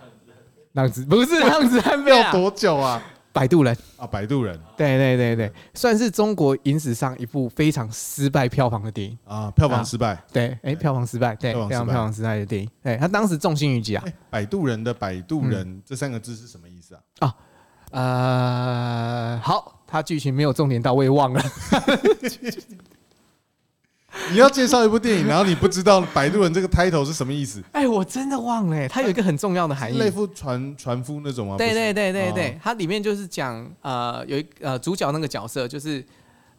S1: 浪子》，不 是《浪子汉飞》
S2: 要
S1: 啊，《
S2: 多久啊？
S1: 摆渡人》。
S2: 啊，摆渡人
S1: 对对对对，算是中国影史上一部非常失败票房的电影。
S2: 啊，票
S1: 啊
S2: 房失败。
S1: 对，哎，票房失败，对，
S2: 票房
S1: 非常
S2: 失败
S1: 票房失败的电影。对，他当时重心于己啊，
S2: 哎，摆渡人的摆渡
S1: 嗯
S2: 人这三个字是什么意思啊？
S1: 呃，好，他剧情没有重点到位，忘了。
S2: 你要介绍一部电影，然后你不知道摆渡人这个 title 是什么意思？
S1: 哎，我真的忘了，他有一个很重要的含义。
S2: 类夫船船夫那种啊？
S1: 对
S2: 不是
S1: 对对对对
S2: 哦，
S1: 它里面就是讲呃，有一呃主角那个角色就是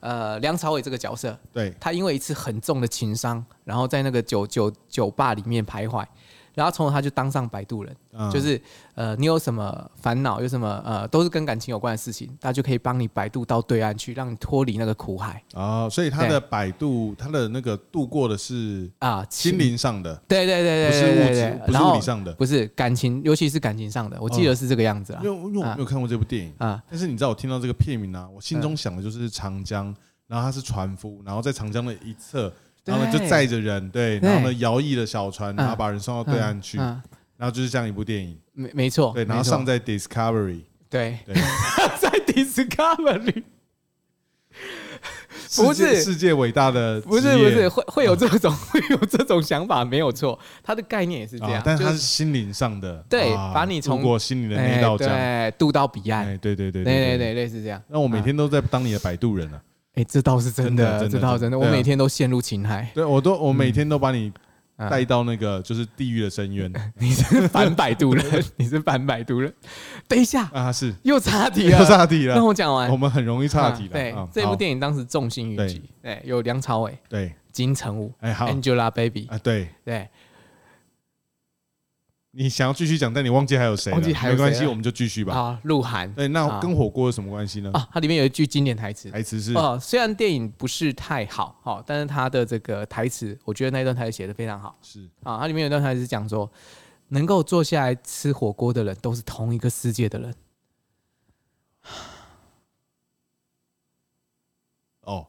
S1: 呃梁朝伟这个角色，
S2: 对，
S1: 他因为一次很重的情伤，然后在那个酒酒酒吧里面徘徊，然后从而他就当上摆渡人，
S2: 嗯
S1: 就是呃你有什么烦恼，有什么呃都是跟感情有关的事情，他就可以帮你摆渡到对岸去，让你脱离那个苦海
S2: 哦，所以他的百度，他的那个度过的是
S1: 啊，
S2: 心。灵上的，
S1: 对对对
S2: 不
S1: 对
S2: 是
S1: 对
S2: 物
S1: 对
S2: 质
S1: 对，，
S2: 不是
S1: 然
S2: 物
S1: 后
S2: 理上的。嗯
S1: 不是感情，尤其是感情上的，我记得是这个样子啦
S2: 因为。因为我没有看过这部电影，
S1: 啊，
S2: 但是你知道我听到这个片名啊，我心中想的就是长江，然后他是船夫，然后在长江的一侧，然后呢就
S1: 对
S2: 载着人，对，
S1: 对啊
S2: 然后呢摇曳的小船，然后把人送到对岸去，
S1: 嗯
S2: 然
S1: 嗯
S2: 后就是这样一部电影，
S1: 没没错，
S2: 对，然后
S1: 哦没错
S2: 上在 Discovery，
S1: 对，
S2: 对
S1: 在 Discovery 不
S2: 世界
S1: 是
S2: 世界伟大的
S1: 不是
S2: 职
S1: 不
S2: 业
S1: 是会会有这种 会有这种想法没有错，它的概念也是这样
S2: 啊，，但是
S1: 就
S2: 他是心灵上的，
S1: 对
S2: 啊
S1: 把你从
S2: 渡过心灵的那
S1: 哎
S2: 道江，
S1: 对渡到彼岸，
S2: 哎，对对对
S1: 对对对，类似这样。
S2: 那我每天都在当你的摆渡人啊！
S1: 哎，这倒是真的，
S2: 真的真的
S1: 这倒是真的，我
S2: 对啊
S1: 每天都陷入情海，
S2: 对我都我每天都把你
S1: 啊
S2: 带到那个就是地狱的深渊
S1: 你是反摆渡人，你是反摆渡人。等一下，
S2: 啊！是
S1: 又岔题
S2: 又
S1: 了，
S2: 岔题
S1: 让
S2: 了，
S1: 我讲完
S2: 我。们很容易岔题
S1: 啊
S2: 了。
S1: 对
S2: 啊，
S1: 这部
S2: 好
S1: 电影当时重心于己，对，有梁朝伟、
S2: 对，
S1: 金城武、
S2: 哎好
S1: Angelababy，
S2: 啊，对
S1: 对，
S2: 你想要继续讲，但你忘记还有谁了？
S1: 忘记还有
S2: 没
S1: 谁
S2: 关系，
S1: 了
S2: 我们就继续吧。
S1: 啊，鹿晗
S2: 对，那跟火锅有什么关系呢？
S1: 啊，它里面有一句经典台词，
S2: 台词是
S1: 哦，虽然电影不是太好，哦，但是它的这个台词，我觉得那一段台词写的非常好
S2: 是
S1: 啊。它里面有一段台词讲说，能够坐下来吃火锅的人，都是同一个世界的人。
S2: 哦，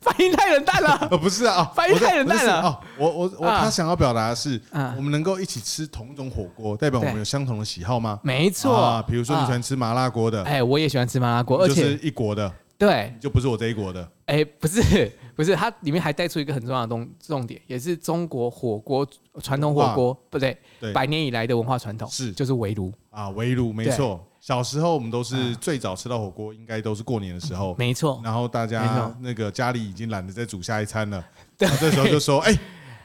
S1: 反应太冷淡了，
S2: 呃不是 啊，哦
S1: 反应
S2: 我在
S1: 太冷淡了
S2: 我在是哦，我我我
S1: 啊
S2: 他想要表达的是，
S1: 啊
S2: 我们能够一起吃同种火锅，代表我们
S1: 对
S2: 有相同的喜好吗？
S1: 没错。
S2: 啊比如说你喜
S1: 啊
S2: 欢吃麻辣锅的，
S1: 哎，我也喜欢吃麻辣锅，而
S2: 就
S1: 且、
S2: 是一国的，
S1: 对，
S2: 你就不是我这一国的。
S1: 哎，不是不是，它里面还带出一个很重要的东重点，也是中国火锅传统火锅不对，
S2: 对，
S1: 百年以来的文化传统
S2: 是
S1: 就是围炉，
S2: 啊，围炉没错。小时候我们都是最早吃到火锅，应该都是过年的时候，
S1: 啊没错。
S2: 然后大
S1: 没
S2: 家
S1: 错
S2: 那个家里已经懒得再煮下一餐了，
S1: 对
S2: 然后这时候就说：“哎，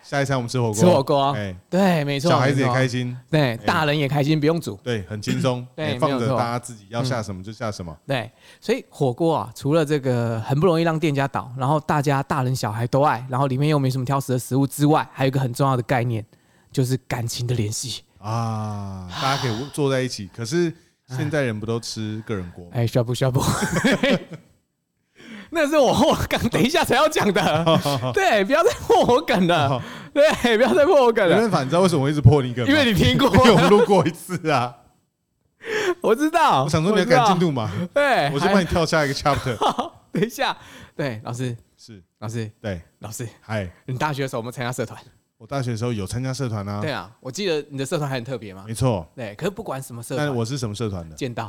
S2: 下一餐我们吃火锅，
S1: 吃火锅啊
S2: 哎，
S1: 对，没错，
S2: 小孩子也
S1: 没错
S2: 开心，
S1: 对，大人也开心，不用煮。
S2: 对，很轻松，
S1: 对
S2: 哎
S1: 没
S2: 放
S1: 有
S2: 着
S1: 错嗯
S2: 大家自己要下什么就下什么。
S1: 对，所以火锅啊，除了这个很不容易让店家倒，然后大家大人小孩都爱，然后里面又没什么挑食的食物之外，还有一个很重要的概念，就是感情的联系。
S2: 啊，大家可以坐在一起。可是现在人不都吃个人锅吗？
S1: 哎，呷哺呷哺， 那是我后刚等一下才要讲 的。对，不要再破我梗了。对，不要再破我梗
S2: 哦没
S1: 了，
S2: 办法，你知道为什么我一直破你梗吗？
S1: 因为你听 过，
S2: 因为我们录过一次啊。
S1: 我知道。
S2: 我想说你要
S1: 知道
S2: 赶进。度嘛，
S1: 对，
S2: 我就帮
S1: 还
S2: 你 跳下一个 chapter。
S1: 等一下。对，老师，
S2: 是，
S1: 老师，
S2: 对，
S1: 老师，
S2: 嗨，
S1: 你大学的时候我们参加社团，
S2: 我大学的时候有参加社团啊
S1: 对，啊，我记得你的社团还很特别嘛。
S2: 没错。
S1: 对，可是不管什么社
S2: 但
S1: 团，
S2: 我是什么社团的？
S1: 剑道，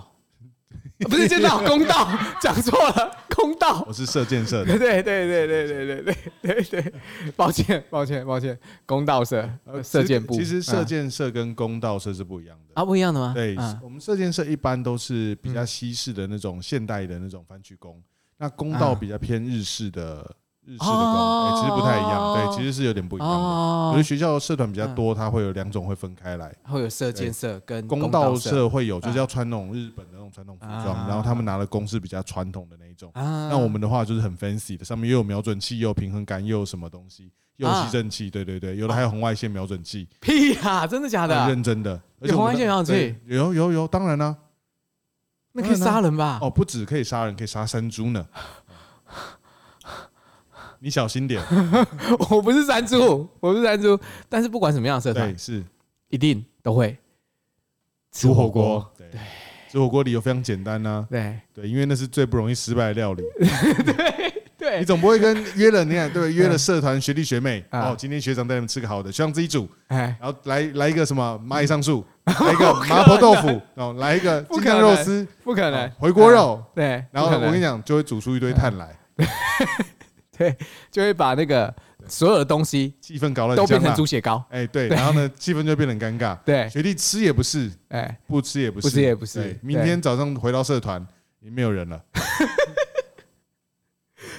S1: 啊不是剑道，公道，讲错了，公道
S2: 我。是射箭 社
S1: 对
S2: 的。
S1: 对对对对对对对对对，抱歉抱歉抱歉，公道社
S2: 呃
S1: 射箭部，
S2: 其实其实射
S1: 啊
S2: 箭社跟公道社是不一样的。嗯
S1: 啊嗯不一样的吗？
S2: 对
S1: 啊，
S2: 我们射箭社一般都是比较西式的那种现代的那种翻曲弓，那公道
S1: 啊
S2: 比较偏日式的日式的公
S1: 哦
S2: 哎、其实不太一样，对，其实是有点不一样的。有
S1: 哦
S2: 的，学校社团比较多，它会有两种会分开来，
S1: 会有射箭社跟
S2: 公
S1: 道
S2: 道社会有就是要穿那种日本的那种传统服装
S1: 啊，
S2: 然后他们拿的弓是比较传统的那一种。
S1: 啊。
S2: 那我们的话就是很 fancy 的，上面又有瞄准器，又有平衡杆，又有什么东西，又有
S1: 啊
S2: 吸震器，对对对，有的还有红外线瞄准器，
S1: 屁啦，真的假的
S2: 很
S1: 啊？
S2: 认真的。而且
S1: 有
S2: 我
S1: 红外
S2: 们
S1: 线
S2: 的
S1: 瞄准器，
S2: 对有有有，当然啦，
S1: 那可以杀人吧？
S2: 哦，不止可以杀人，可以杀山猪呢。 你小心 点，
S1: 我不是山猪，我不是山猪，但是不管什么样的社团
S2: 对，，是
S1: 一定都会吃
S2: 煮火锅，，对，煮火锅理由非常简单呐，
S1: 对
S2: 对，因为那是最不容易失败的料理。你
S1: 对
S2: 总不会跟约了你 看对约了社团学弟学妹
S1: 啊
S2: 哦，今天学长带你们吃个好的，学长自己煮，
S1: 哎，
S2: 然后来来一个什
S1: 嗯
S2: 么蚂蚁 上树，来一个麻婆豆腐哦，来一个
S1: 不
S2: 金
S1: 可
S2: 酱
S1: 能嗯
S2: 肉丝，
S1: 不可能
S2: 哦，回锅肉，
S1: 对，
S2: 然
S1: 不
S2: 后
S1: 可
S2: 我
S1: 能
S2: 跟你讲就会煮出一堆碳来，
S1: 就会把那个所有的东西
S2: 气氛搞得
S1: 都
S2: 很
S1: 变
S2: 僵
S1: 成
S2: 啊。
S1: 猪血糕，
S2: 哎，对，
S1: 对
S2: 然后呢气氛就变得很尴尬。
S1: 对，
S2: 学弟吃也不是，
S1: 哎，
S2: 不吃也不是，
S1: 不吃也不是
S2: 对
S1: 对
S2: 明天早上回到社团，也没有人了。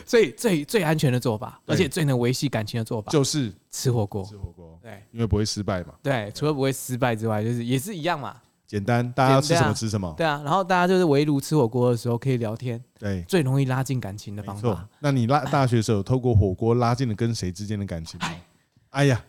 S1: 所以最最安全的做法，
S2: 对
S1: 而且最能维系感情的做法，
S2: 就是
S1: 吃火锅，
S2: 吃火锅，
S1: 对
S2: 因为不会失败嘛，
S1: 对，除了不会失败之外，就是也是一样嘛，
S2: 简单，大家要吃
S1: 简
S2: 什
S1: 单啊
S2: 么吃什么。
S1: 对啊，然后大家就是围炉吃火锅的时候可以聊天，
S2: 对，
S1: 最容易拉近感情的
S2: 没
S1: 方
S2: 错
S1: 法，。
S2: 那你拉大学的时候透过火锅拉近了跟谁之间的感情吗？哎呀，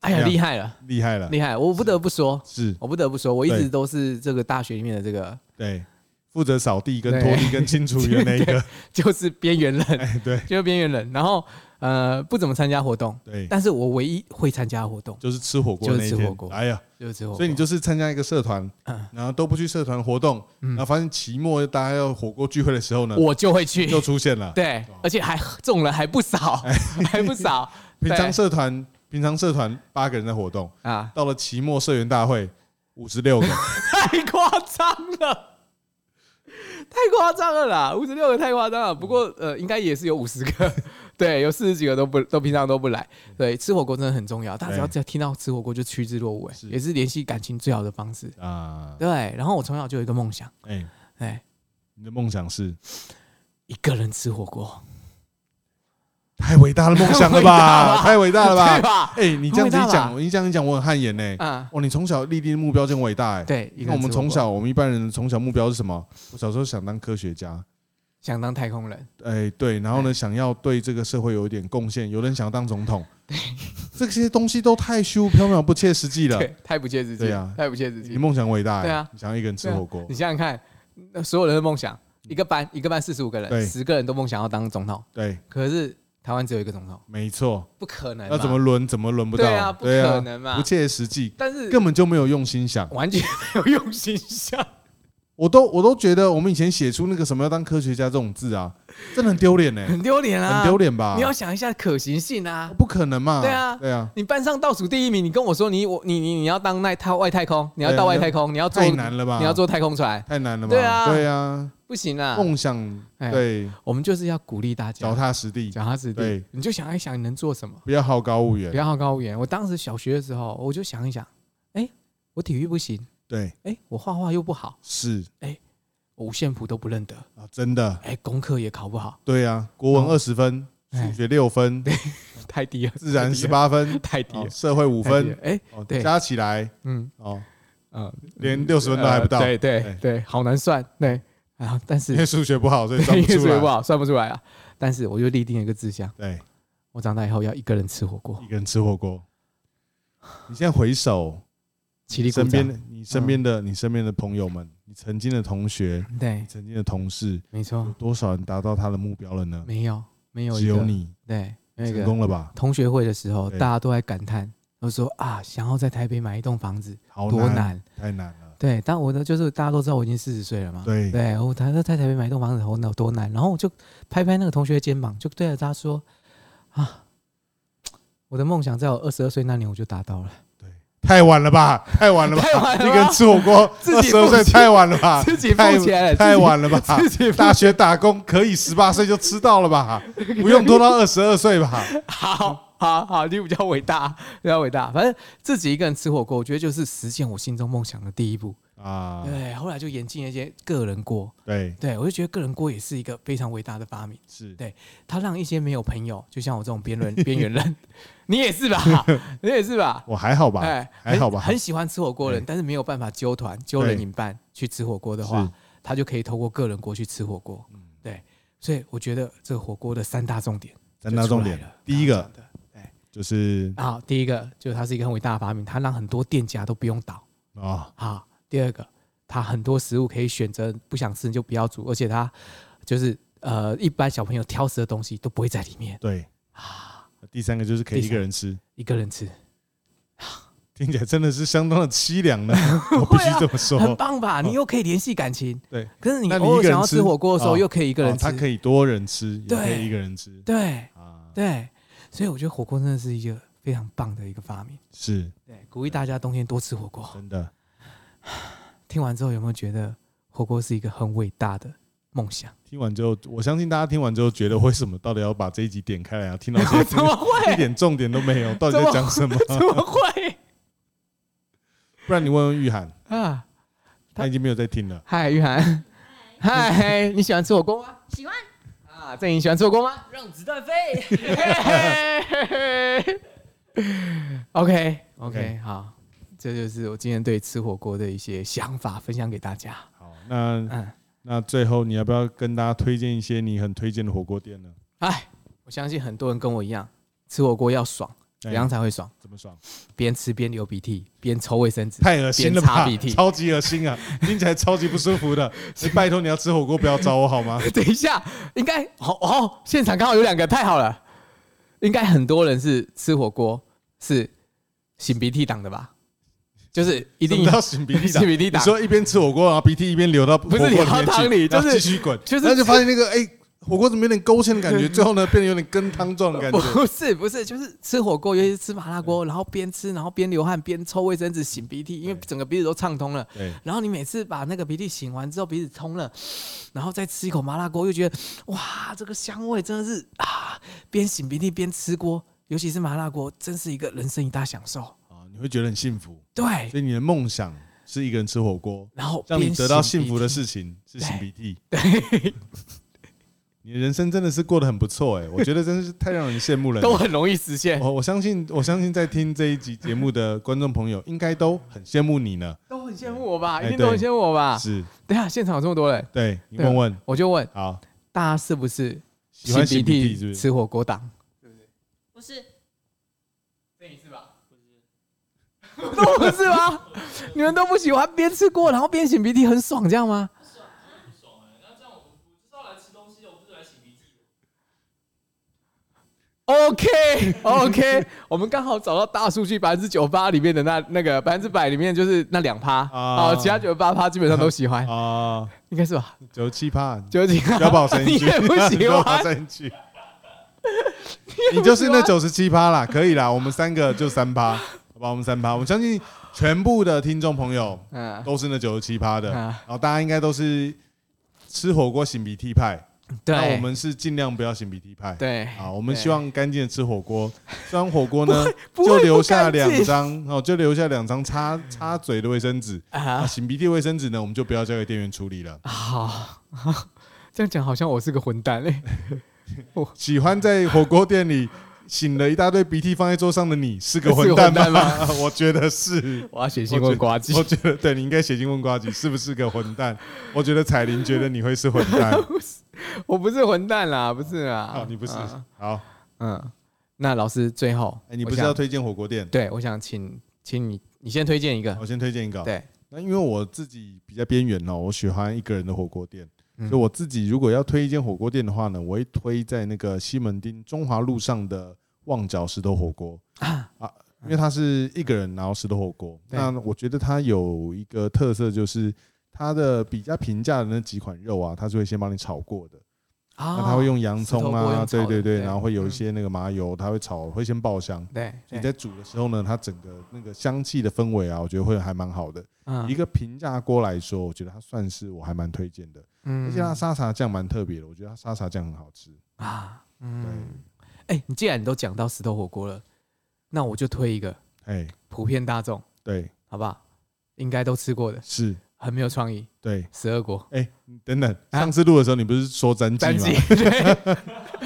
S1: 哎呀，
S2: 怎么样
S1: 厉害了，
S2: 厉害了，
S1: 厉害了！我不得不说，
S2: 啊是
S1: 我不得不说，我一
S2: 对
S1: 直都是这个大学里面的这个
S2: 对，负责扫地跟
S1: 对
S2: 拖地跟清除的那一个，
S1: 就是边缘人，
S2: 哎，对
S1: 就是边缘人。然后呃，不怎么参加活动，
S2: 对，
S1: 但是我唯一会参加活动
S2: 就是吃火锅
S1: 就是
S2: 那一
S1: 吃火
S2: 天
S1: 锅。
S2: 哎呀，
S1: 就是吃火锅
S2: 所以你就是参加一个社团，
S1: 嗯
S2: 然后都不去社团活动，然后发现期末大家要火锅聚会的时候呢，
S1: 我就会去，
S2: 又出现了。
S1: 对，而且还中了还不 少，还不少
S2: 平
S1: 对
S2: 常社团，平常社团八个人在活动，
S1: 啊，
S2: 到了期末社员大会，五 十六个，
S1: 太夸张了。太夸张了啦，五十六个太夸张了。不过
S2: 嗯
S1: 呃，应该也是有五十个， 对，有四十几个都不都平常都不来。对，吃火锅真的很重要，大家只要
S2: 嗯对
S1: 只要听到吃火锅就趋之若鹜，哎
S2: 是，
S1: 也是联系感情最好的方式。
S2: 啊，
S1: 对，然后我从小就有一个梦想，
S2: 哎，
S1: 哎，
S2: 你的梦想是
S1: 一个人吃火锅，
S2: 太伟大的梦想了 吧？太
S1: 太
S2: 伟大了
S1: 对
S2: 吧？
S1: 吧？
S2: 哎，你这样子一
S1: 很伟大吧
S2: 讲，你这样一讲，我很汗颜呢。
S1: 啊，
S2: 哦，你从小立定的目标真伟大哎。
S1: 对，一
S2: 你
S1: 个
S2: 看
S1: 人
S2: 我们
S1: 吃火
S2: 从
S1: 锅
S2: 小，我们一般人从小目标是什么？我小时候想当科学家，
S1: 想当太空人，
S2: 哎，对，然后呢，想要对这个社会有一点贡献，有人想要当总统，这些东西都太虚无缥缈、不切实际了。
S1: 对，太不切实际
S2: 啊对啊，
S1: 太不切实
S2: 你
S1: 际。
S2: 梦想伟大，哎
S1: 对啊，
S2: 你想要一个人吃火锅
S1: 你，想想看，那所有人的梦想，一个班一个班四十五个
S2: 嗯对
S1: 人，十个人都梦想要当总统，
S2: 对，
S1: 可是台湾只有一个总统，
S2: 没错，
S1: 不可能嘛，
S2: 要怎么轮怎么轮不到，
S1: 对啊，不
S2: 对
S1: 可
S2: 啊，
S1: 能嘛
S2: 不，切实际，
S1: 但是
S2: 根本就没有用心想。
S1: 完全没有用心想，
S2: 我都我都觉得我们以前写出那个什么要当科学家这种字啊，真 的很丢脸呢，
S1: 很丢脸 啊，
S2: 很丢脸吧
S1: 你？要想一下可行性啊。
S2: 不可能嘛？
S1: 对啊
S2: 对啊，
S1: 你班上倒数第一名，你跟我说你我你你你要当那太外太空，你要到外太空，你要做
S2: 哎太难了吧？
S1: 你要做太空船，
S2: 太难了嘛？
S1: 对啊
S2: 对啊，
S1: 不行啊！
S2: 梦想
S1: 哎
S2: 对，
S1: 我们就是要鼓励大
S2: 脚
S1: 家，
S2: 踏实地，
S1: 脚踏实地
S2: 对。
S1: 你就想一想，你能做什么？
S2: 不要好高骛
S1: 不
S2: 远。
S1: 要好高骛远。我当时小学的时候，我就想一想，哎，我体育不行，
S2: 对，
S1: 哎，我画画又不好，
S2: 是
S1: 我五线谱都不认得，
S2: 啊，真的，
S1: 哎，功课也考不好，
S2: 对啊，国文
S1: 哦
S2: 二十分，
S1: 哎
S2: 数学六分，
S1: 太低了，
S2: 自然十八分，
S1: 太低
S2: 哦
S1: 了，
S2: 社会五
S1: 太低
S2: 分
S1: 了，，哎，
S2: 哦
S1: 对
S2: 加起来
S1: 嗯
S2: 哦，
S1: 嗯，
S2: 连六十分都还不到
S1: 呃，对
S2: 对
S1: 对对，好难算，对。然后，但是
S2: 因为数学不好，所以算
S1: 因
S2: 不
S1: 为
S2: 出
S1: 所以不
S2: 来。
S1: 好，算不出来啊。但是我就立定了一个志向，
S2: 对，
S1: 我长大以后要一个人吃火锅
S2: 一，个人吃火锅。你现在回首
S1: 起立鼓
S2: 身边
S1: 掌。
S2: 的你身边的你身边的朋友们，你曾经的同学，
S1: 对
S2: 你，曾经的同事，
S1: 没
S2: 有
S1: 错，
S2: 多少人达到他的目标了呢？
S1: 没有没有一
S2: 只有
S1: 个
S2: 你
S1: 对那
S2: 成
S1: 个
S2: 功了吧？
S1: 同学会的时候，
S2: 对
S1: 大家都在感叹，都说啊，想要在台北买一栋房子
S2: 好
S1: 多
S2: 难，
S1: 难。
S2: 太难了。
S1: 对，但我的就是大家都知道我已经四十岁了嘛。
S2: 对
S1: 啊对我他在台北买一栋房子好难多难，然后我就拍拍那个同学的肩膀，就对着他说啊，我的梦想在我二十二岁那年我就达到了，
S2: 太晚了吧，太晚了吧！
S1: 太晚了吧
S2: 一个人吃火锅，
S1: 自
S2: 二
S1: 己
S2: 十
S1: 付
S2: 二岁
S1: 钱
S2: 太晚了 吧？
S1: 自己付
S2: 啊太
S1: 钱了
S2: 太
S1: 自己
S2: 晚了吧？
S1: 自己不
S2: 大学打工可以十八岁就吃到了吧？不用拖到二十二岁吧？
S1: 好好好，你比较伟大，比较伟大。反正自己一个人吃火锅，我觉得就是实现我心中梦想的第一步。
S2: 啊，
S1: 对，后来就演进了一些个人锅，
S2: 对，
S1: 对我就觉得个人锅也是一个非常伟大的发明，
S2: 是
S1: 对它让一些没有朋友，就像我这种边 缘边缘人，你也是吧？你也是吧？
S2: 我还好吧，
S1: 哎，
S2: 还好吧，
S1: 很很喜欢吃火锅的人，
S2: 哎
S1: 但是没有办法揪团、揪人引伴去吃火锅的话
S2: 是，嗯
S1: 他就可以透过个人锅去吃火锅。对，所以我觉得这个火锅的三大重点就
S2: 三
S1: 出来
S2: 大
S1: 了，
S2: 重点，第一个
S1: 刚刚讲的
S2: 就是
S1: 啊，第一个就是它是一个很伟大的发明，它让很多店家都不用倒
S2: 啊，
S1: 啊。第二个，它很多食物可以选择不想吃你就不要煮，而且它就是呃，一般小朋友挑食的东西都不会在里面，
S2: 对
S1: 啊
S2: 第三个就是可以一个人吃，
S1: 一个人吃，
S2: 听起来真的是相当的凄凉 呢，我必须这么
S1: 啊很
S2: 说。
S1: 棒吧？你又可以联系感情，
S2: 哦对，
S1: 可是你
S2: 那你
S1: 偶
S2: 一
S1: 尔
S2: 个人
S1: 想要
S2: 吃
S1: 吃火锅的时候，
S2: 哦
S1: 又可以一个人
S2: 哦
S1: 吃
S2: 它，可以多人吃，也
S1: 对
S2: 可以一个人吃
S1: 对
S2: 啊，
S1: 对，所以我觉得火锅真的是一个非常棒的一个发明。
S2: 是
S1: 对，鼓励大家冬天多吃火锅。
S2: 真的。
S1: 听完之后有没有觉得火锅是一个很伟大的梦 想？
S2: 听完之后，我相信大家听完之后觉得，为什么到底要把这一集点开来啊？听到 现
S1: 怎
S2: 在
S1: 么会？
S2: 一点重点都 没有，到底在讲什么？
S1: 怎么会
S2: 不然你问问 玉涵，
S1: 啊？
S2: 他已经没有在听了。
S1: 嗨，玉涵，嗨，你喜欢吃火锅吗？
S4: 喜欢
S1: 啊，郑颖喜欢吃火锅吗
S3: 让子 弹飞。
S1: ？OK OK，
S2: OK
S1: 好，这就是我今天对吃火锅的一些想法，分享给大家。
S2: 好，那
S1: 嗯，
S2: 那最后你要不要跟大家推荐一些你很推荐的火锅店呢？
S1: 哎，我相信很多人跟我一样，吃火锅要爽，怎样
S2: 哎
S1: 才会爽？
S2: 怎么爽？
S1: 边吃边流鼻涕，边抽卫生纸。
S2: 太恶心了
S1: 边擦
S2: 吧
S1: 鼻涕！
S2: 超级恶心啊，听起来超级不舒服 的。你拜托你要吃火锅不要找我好吗？
S1: 等一下，应该哦哦，现场刚好有两个，太好了。应该很多人是吃火锅是擤鼻涕党的吧？就是一
S2: 一
S1: 定
S2: 要擤鼻涕打
S1: 擤鼻涕
S2: 你
S1: 打
S2: 说一边吃火锅，然后鼻涕一边流到
S1: 是
S2: 火锅
S1: 流
S2: 里
S1: 到
S2: 面
S1: 汤里
S2: 去，然后
S1: 就是
S2: 继续滚，
S1: 就是
S2: 然后就发现那个哎，火锅怎么有点勾芡的感 觉？最后呢，变得有点羹汤状的感觉。
S1: 不是不是，就是吃火锅，尤其是吃麻辣锅，然后边吃然后边流汗，边抽卫生纸擤鼻涕，因为
S2: 对
S1: 整个鼻子都畅通了。
S2: 对，
S1: 然后你每次把那个鼻涕擤完之后，鼻子通了， 然后再吃一口麻辣锅，又觉得哇，这个香味真的是 啊，边擤鼻涕边吃锅，尤其是麻辣锅，真是一个人生一大享受。
S2: 啊，你会觉得很幸福。
S1: 对，
S2: 所以你的梦想是一个人吃火 锅，
S1: 然后
S2: 让你
S1: 边
S2: 得到
S1: 擤
S2: 幸
S1: 鼻
S2: 福的
S1: 涕
S2: 事情是擤鼻涕。
S1: 对，
S2: 你的人生真的是过得很不错哎，我觉得真是太让人 羡慕 了。
S1: 都很容易实现。
S2: 我我相信，我相信在听这一集节目的观众朋友，应该都很羡慕你呢。
S1: 都很羡慕我吧，
S2: 哎
S1: 一定都很羡慕我吧。
S2: 是，
S1: 等一下现场有这么多人，
S2: 对
S1: 啊
S2: 你
S1: 对啊
S2: 问问，
S1: 我就问
S2: 好，
S1: 大家是不是
S2: 喜欢擤
S1: 擤
S2: 鼻涕是不 是？
S1: 吃火锅党？
S4: 不是
S1: 这一次吧，不是，都不是吗？你们都不喜欢边吃锅然后边擤鼻涕，很爽这样吗？OK OK，我 们刚好找到大数据百分之九八里面的那那个百分之百里面就是那两趴
S2: 啊
S1: 啊，其他九八趴基本上都喜欢，
S2: 啊，
S1: 应该是吧？
S2: 九七趴，
S1: 九几
S2: 碉堡三
S1: 你
S2: 区，
S1: 也不喜
S2: 碉堡
S1: 欢，
S2: 三区，你就是那九十七趴啦，可以啦，我们三个就三趴，好吧，我们三趴，我相信全部的听众朋友
S1: 嗯，
S2: 都是那九十七趴的，
S1: 啊
S2: 然后大家应该都是吃火锅擤鼻涕派，那我
S1: 对
S2: 们是尽量不要擤鼻涕派，
S1: 对，
S2: 啊，我们
S1: 对
S2: 希望干净的吃 火锅，吃完火锅呢
S1: 不会
S2: 就
S1: 不
S2: 留下
S1: 干净
S2: 两张，哦，就留下两张擦擦嘴的卫生纸。啊，
S1: 啊，
S2: 擤鼻涕卫生纸呢，我们就不要交给店员处理了。
S1: 好， 这样讲好像我是个混蛋 嘞，
S2: 喜欢在火锅店里擤了一大堆鼻涕放在桌上的你，是个
S1: 是
S2: 混
S1: 个
S2: 蛋
S1: 混
S2: 吗？
S1: 蛋
S2: 我觉得是。
S1: 我要写信问呱
S2: 我
S1: 唧，
S2: 觉得对你应该写信问瓜吉是不是个混蛋？我觉得彩玲觉得你会是混蛋。
S1: 我不是混蛋啦，不是啦，
S2: 好，哦你不是。
S1: 啊
S2: 好，
S1: 嗯，那老师最后
S2: 哎，，你
S1: 我
S2: 不是
S1: 想
S2: 要推荐火锅店？
S1: 对，我想请请你，你先推荐一个，
S2: 我先推荐一个。
S1: 对，
S2: 那因为我自己比较边缘哦，我喜欢一个人的火锅店，
S1: 嗯
S2: 所以我自己如果要推一间火锅店的话呢，我会推在那个西门町中华路上的旺角石头火锅啊，因为它是一个人然后石头火锅。
S1: 对
S2: 那我觉得它有一个特色就是它的比较平价的那几款肉啊，它是会先帮你炒过的，
S1: 啊
S2: 那它会用洋葱
S1: 石头锅
S2: 啊，
S1: 用炒
S2: 对
S1: 的
S2: 对对，
S1: 对
S2: 然后会有一
S1: 嗯
S2: 些那个麻油，它会炒会先爆香。
S1: 对，
S2: 你
S1: 对
S2: 在煮的时候呢，它整个那个香气的氛围啊，我觉得会还蛮好的。
S1: 嗯
S2: 一个平价锅来说，我觉得它算是我还蛮推荐的，
S1: 嗯
S2: 而且它沙茶酱蛮特别的，我觉得它沙茶酱很好吃。
S1: 啊，
S2: 对，
S1: 嗯，哎，你既然你都讲到石头火锅了，那我就推一个
S2: 哎，
S1: 普遍大众，
S2: 对，
S1: 好不好？应该都吃过的
S2: 是
S1: 很没有创意，
S2: 对，
S1: 十二国
S2: 哎、等等，
S1: 啊
S2: 上次录的时候你不是说战绩
S1: 战绩
S2: 吗？，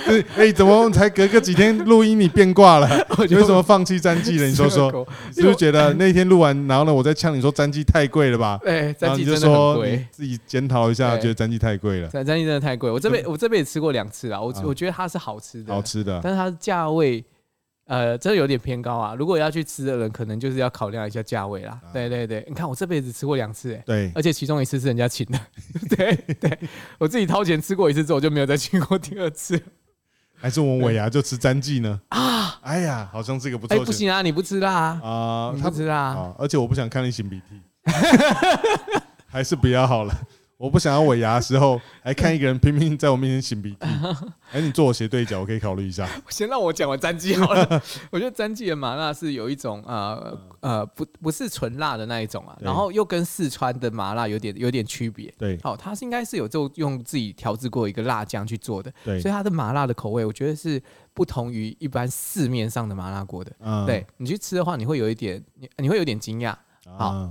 S2: 对，哎、怎么才隔个几天录音你变 卦了？
S1: 我
S2: 你
S1: 就
S2: 为什么放弃战绩了？你说
S1: 12
S2: 说，
S1: 国，
S2: 你是不是觉得那天录完，然后呢，我再呛你说战绩太贵了吧？
S1: 哎，
S2: 然
S1: 战
S2: 后你
S1: 绩
S2: 就
S1: 真的很
S2: 说
S1: 贵
S2: 你。自己检讨一下，
S1: 对
S2: 觉得战绩太贵了，
S1: 战战绩真的太贵，我这辈我这辈子吃过两次啊，我
S2: 啊
S1: 我觉得它是好吃的，
S2: 好吃的，
S1: 但是它的价位，呃，真的有点偏高啊。如果要去吃的人，可能就是要考量一下价位啦。
S2: 啊
S1: 对对对，你看我这辈子吃过两次、欸，
S2: 对，
S1: 而且其中一次是人家请的。 对对，我自己掏钱吃过一次之后，我就没有再去过第二 次。
S2: 还是我们尾牙就吃战绩呢？啊，哎呀，好像是个不
S1: 哎、
S2: 错
S1: 不
S2: 选
S1: 行啊，你不吃辣啊，
S2: 啊，
S1: 你
S2: 他
S1: 不吃辣 啊、
S2: 啊，而且我不想看你擤鼻涕， 还是不要好了。我不想要尾牙的时候还看一个人拼命在我面前擤 鼻涕。哎，你坐我斜对角，我可以考虑一下。
S1: 先让我讲完詹记好 了。我觉得詹记的麻辣是有一种呃呃不不是纯辣的那一种啊，
S2: 嗯对
S1: 然后又跟四川的麻辣有点有点区别。
S2: 对
S1: 好、它是应该是有就用自己调制过一个辣酱去做的，
S2: 对
S1: 所以它的麻辣的口味，我觉得是不同于一般市面上的麻辣锅的。
S2: 嗯，
S1: 对你去吃的话，你会有一点你你会有点惊讶，
S2: 啊，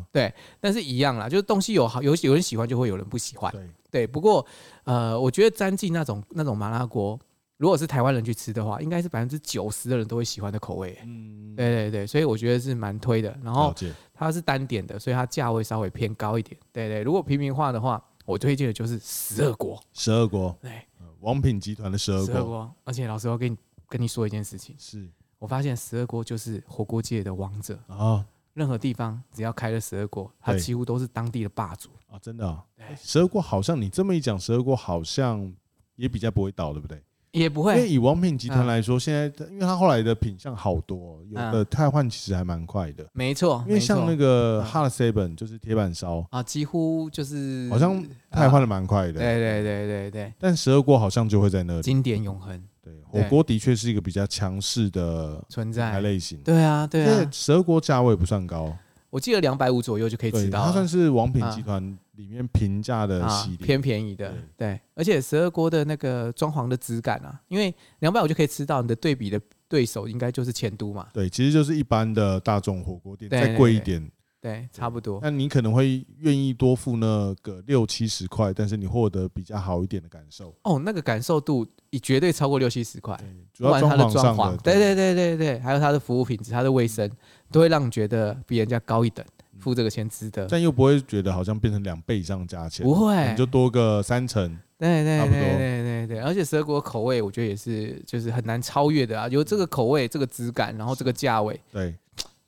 S1: 但是一样啦，就是东西有好有有人喜欢，就会有人不喜欢。
S2: 对，
S1: 对，不过呃，我觉得詹记那种那种麻辣锅，如果是台湾人去吃的话，应该是百分之九十的人都会喜欢的口味。
S2: 嗯，
S1: 对对对，所以我觉得是蛮推的。然
S2: 了
S1: 后
S2: 解。
S1: 它是单点的，所以它价位稍微偏高一点。对对，如果平民化的话，我推荐的就是十二国。
S2: 十二国，
S1: 对，
S2: 呃王品集团的十二
S1: 十二
S2: 国
S1: 国。而且老师，我跟你跟你说一件事情，
S2: 是
S1: 我发现十二国就是火锅界的王者，
S2: 啊
S1: 任何地方只要开了十二国，它
S2: 对
S1: 几乎都是当地的霸主。
S2: 啊，真的啊
S1: 对，
S2: 十二国好像你这么一讲，十二国好像也比较不会倒，对不对？
S1: 也不
S2: 因为
S1: 会，
S2: 以王品集
S1: 嗯
S2: 团来说，现在因为它后来的品相好多，哦有的汰换其实还蛮快的。
S1: 哦没错，
S2: 因为像那
S1: 个
S2: 个
S1: 嗯
S2: Hard Seven 就是铁板烧，
S1: 啊，几乎就是
S2: 好像
S1: 啊
S2: 太换的蛮快的。
S1: 对对对对对，
S2: 但十二锅好像就会在那里。
S1: 经典永恒
S2: 对，火锅的确是一个比较强势的
S1: 存
S2: 品牌
S1: 在。
S2: 类型。
S1: 对啊，对啊，
S2: 十二锅价位不算高，
S1: 我记得两百五左右就可以
S2: 对，
S1: 吃到
S2: 它
S1: 了
S2: 算是王品集团里面平价的
S1: 啊
S2: 系，列。
S1: 偏便宜的。对，而且十二锅的那个装潢的质感啊，因为两百五就可以吃到，你的对比的对手应该就是前都嘛，
S2: 对，其实就是一般的大众火锅店，
S1: 对
S2: 再贵一点，
S1: 对，差不多。
S2: 那你可能会愿意多付那个六七十块，但是你获得比较好一点的感受。
S1: 哦，那个感受度也绝对超过六七十块。
S2: 对，主
S1: 哎不
S2: 要
S1: 管它的
S2: 潢
S1: 装
S2: 上
S1: 潢
S2: 的，，
S1: 对对对对对，还有它的服务品质、它的卫生，都会让你觉得比人家高一等，付这个钱值得。
S2: 但又不会觉得好像变成两倍以上价钱，
S1: 不会
S2: 你就多个三成。
S1: 对对
S2: 差
S1: 对
S2: 不多
S1: 对对对，而且蛇果口味我觉得也是就是很难超越的啊，有这个口味、这个质感，然后这个价位，
S2: 对，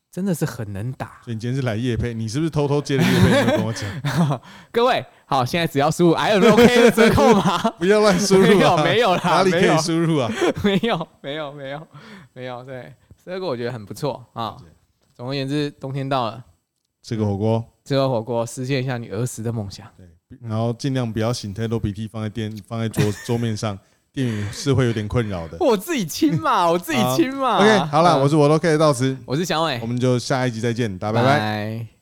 S1: 真的是很能打。
S2: 所以你今天是来夜配，你是不是偷偷接了夜配？你没有跟我 讲，，
S1: 各位好，现在只要输入 I N O K 的折扣码
S2: 不要乱输
S1: 没
S2: 入
S1: 有
S2: 啊！
S1: 没有
S2: 哪
S1: 啦，
S2: 里可
S1: 没有
S2: 以输入啊？
S1: 没有没有没有没有，对蛇果我觉得很不错啊
S2: 了解。
S1: 总而言之，冬天到了，
S2: 吃个火锅，
S1: 吃个火锅，实现一下你儿时的梦想。
S2: 对，然后尽量不要擤太多鼻涕，放在店放在桌桌面上，店员是会有点困扰的。
S1: 我自己亲嘛，我自己亲嘛。
S2: OK，好了，
S1: 嗯
S2: 我是我都可以到此，
S1: 我是小伟，
S2: 我们就下一集再见，大家拜拜。
S1: 拜。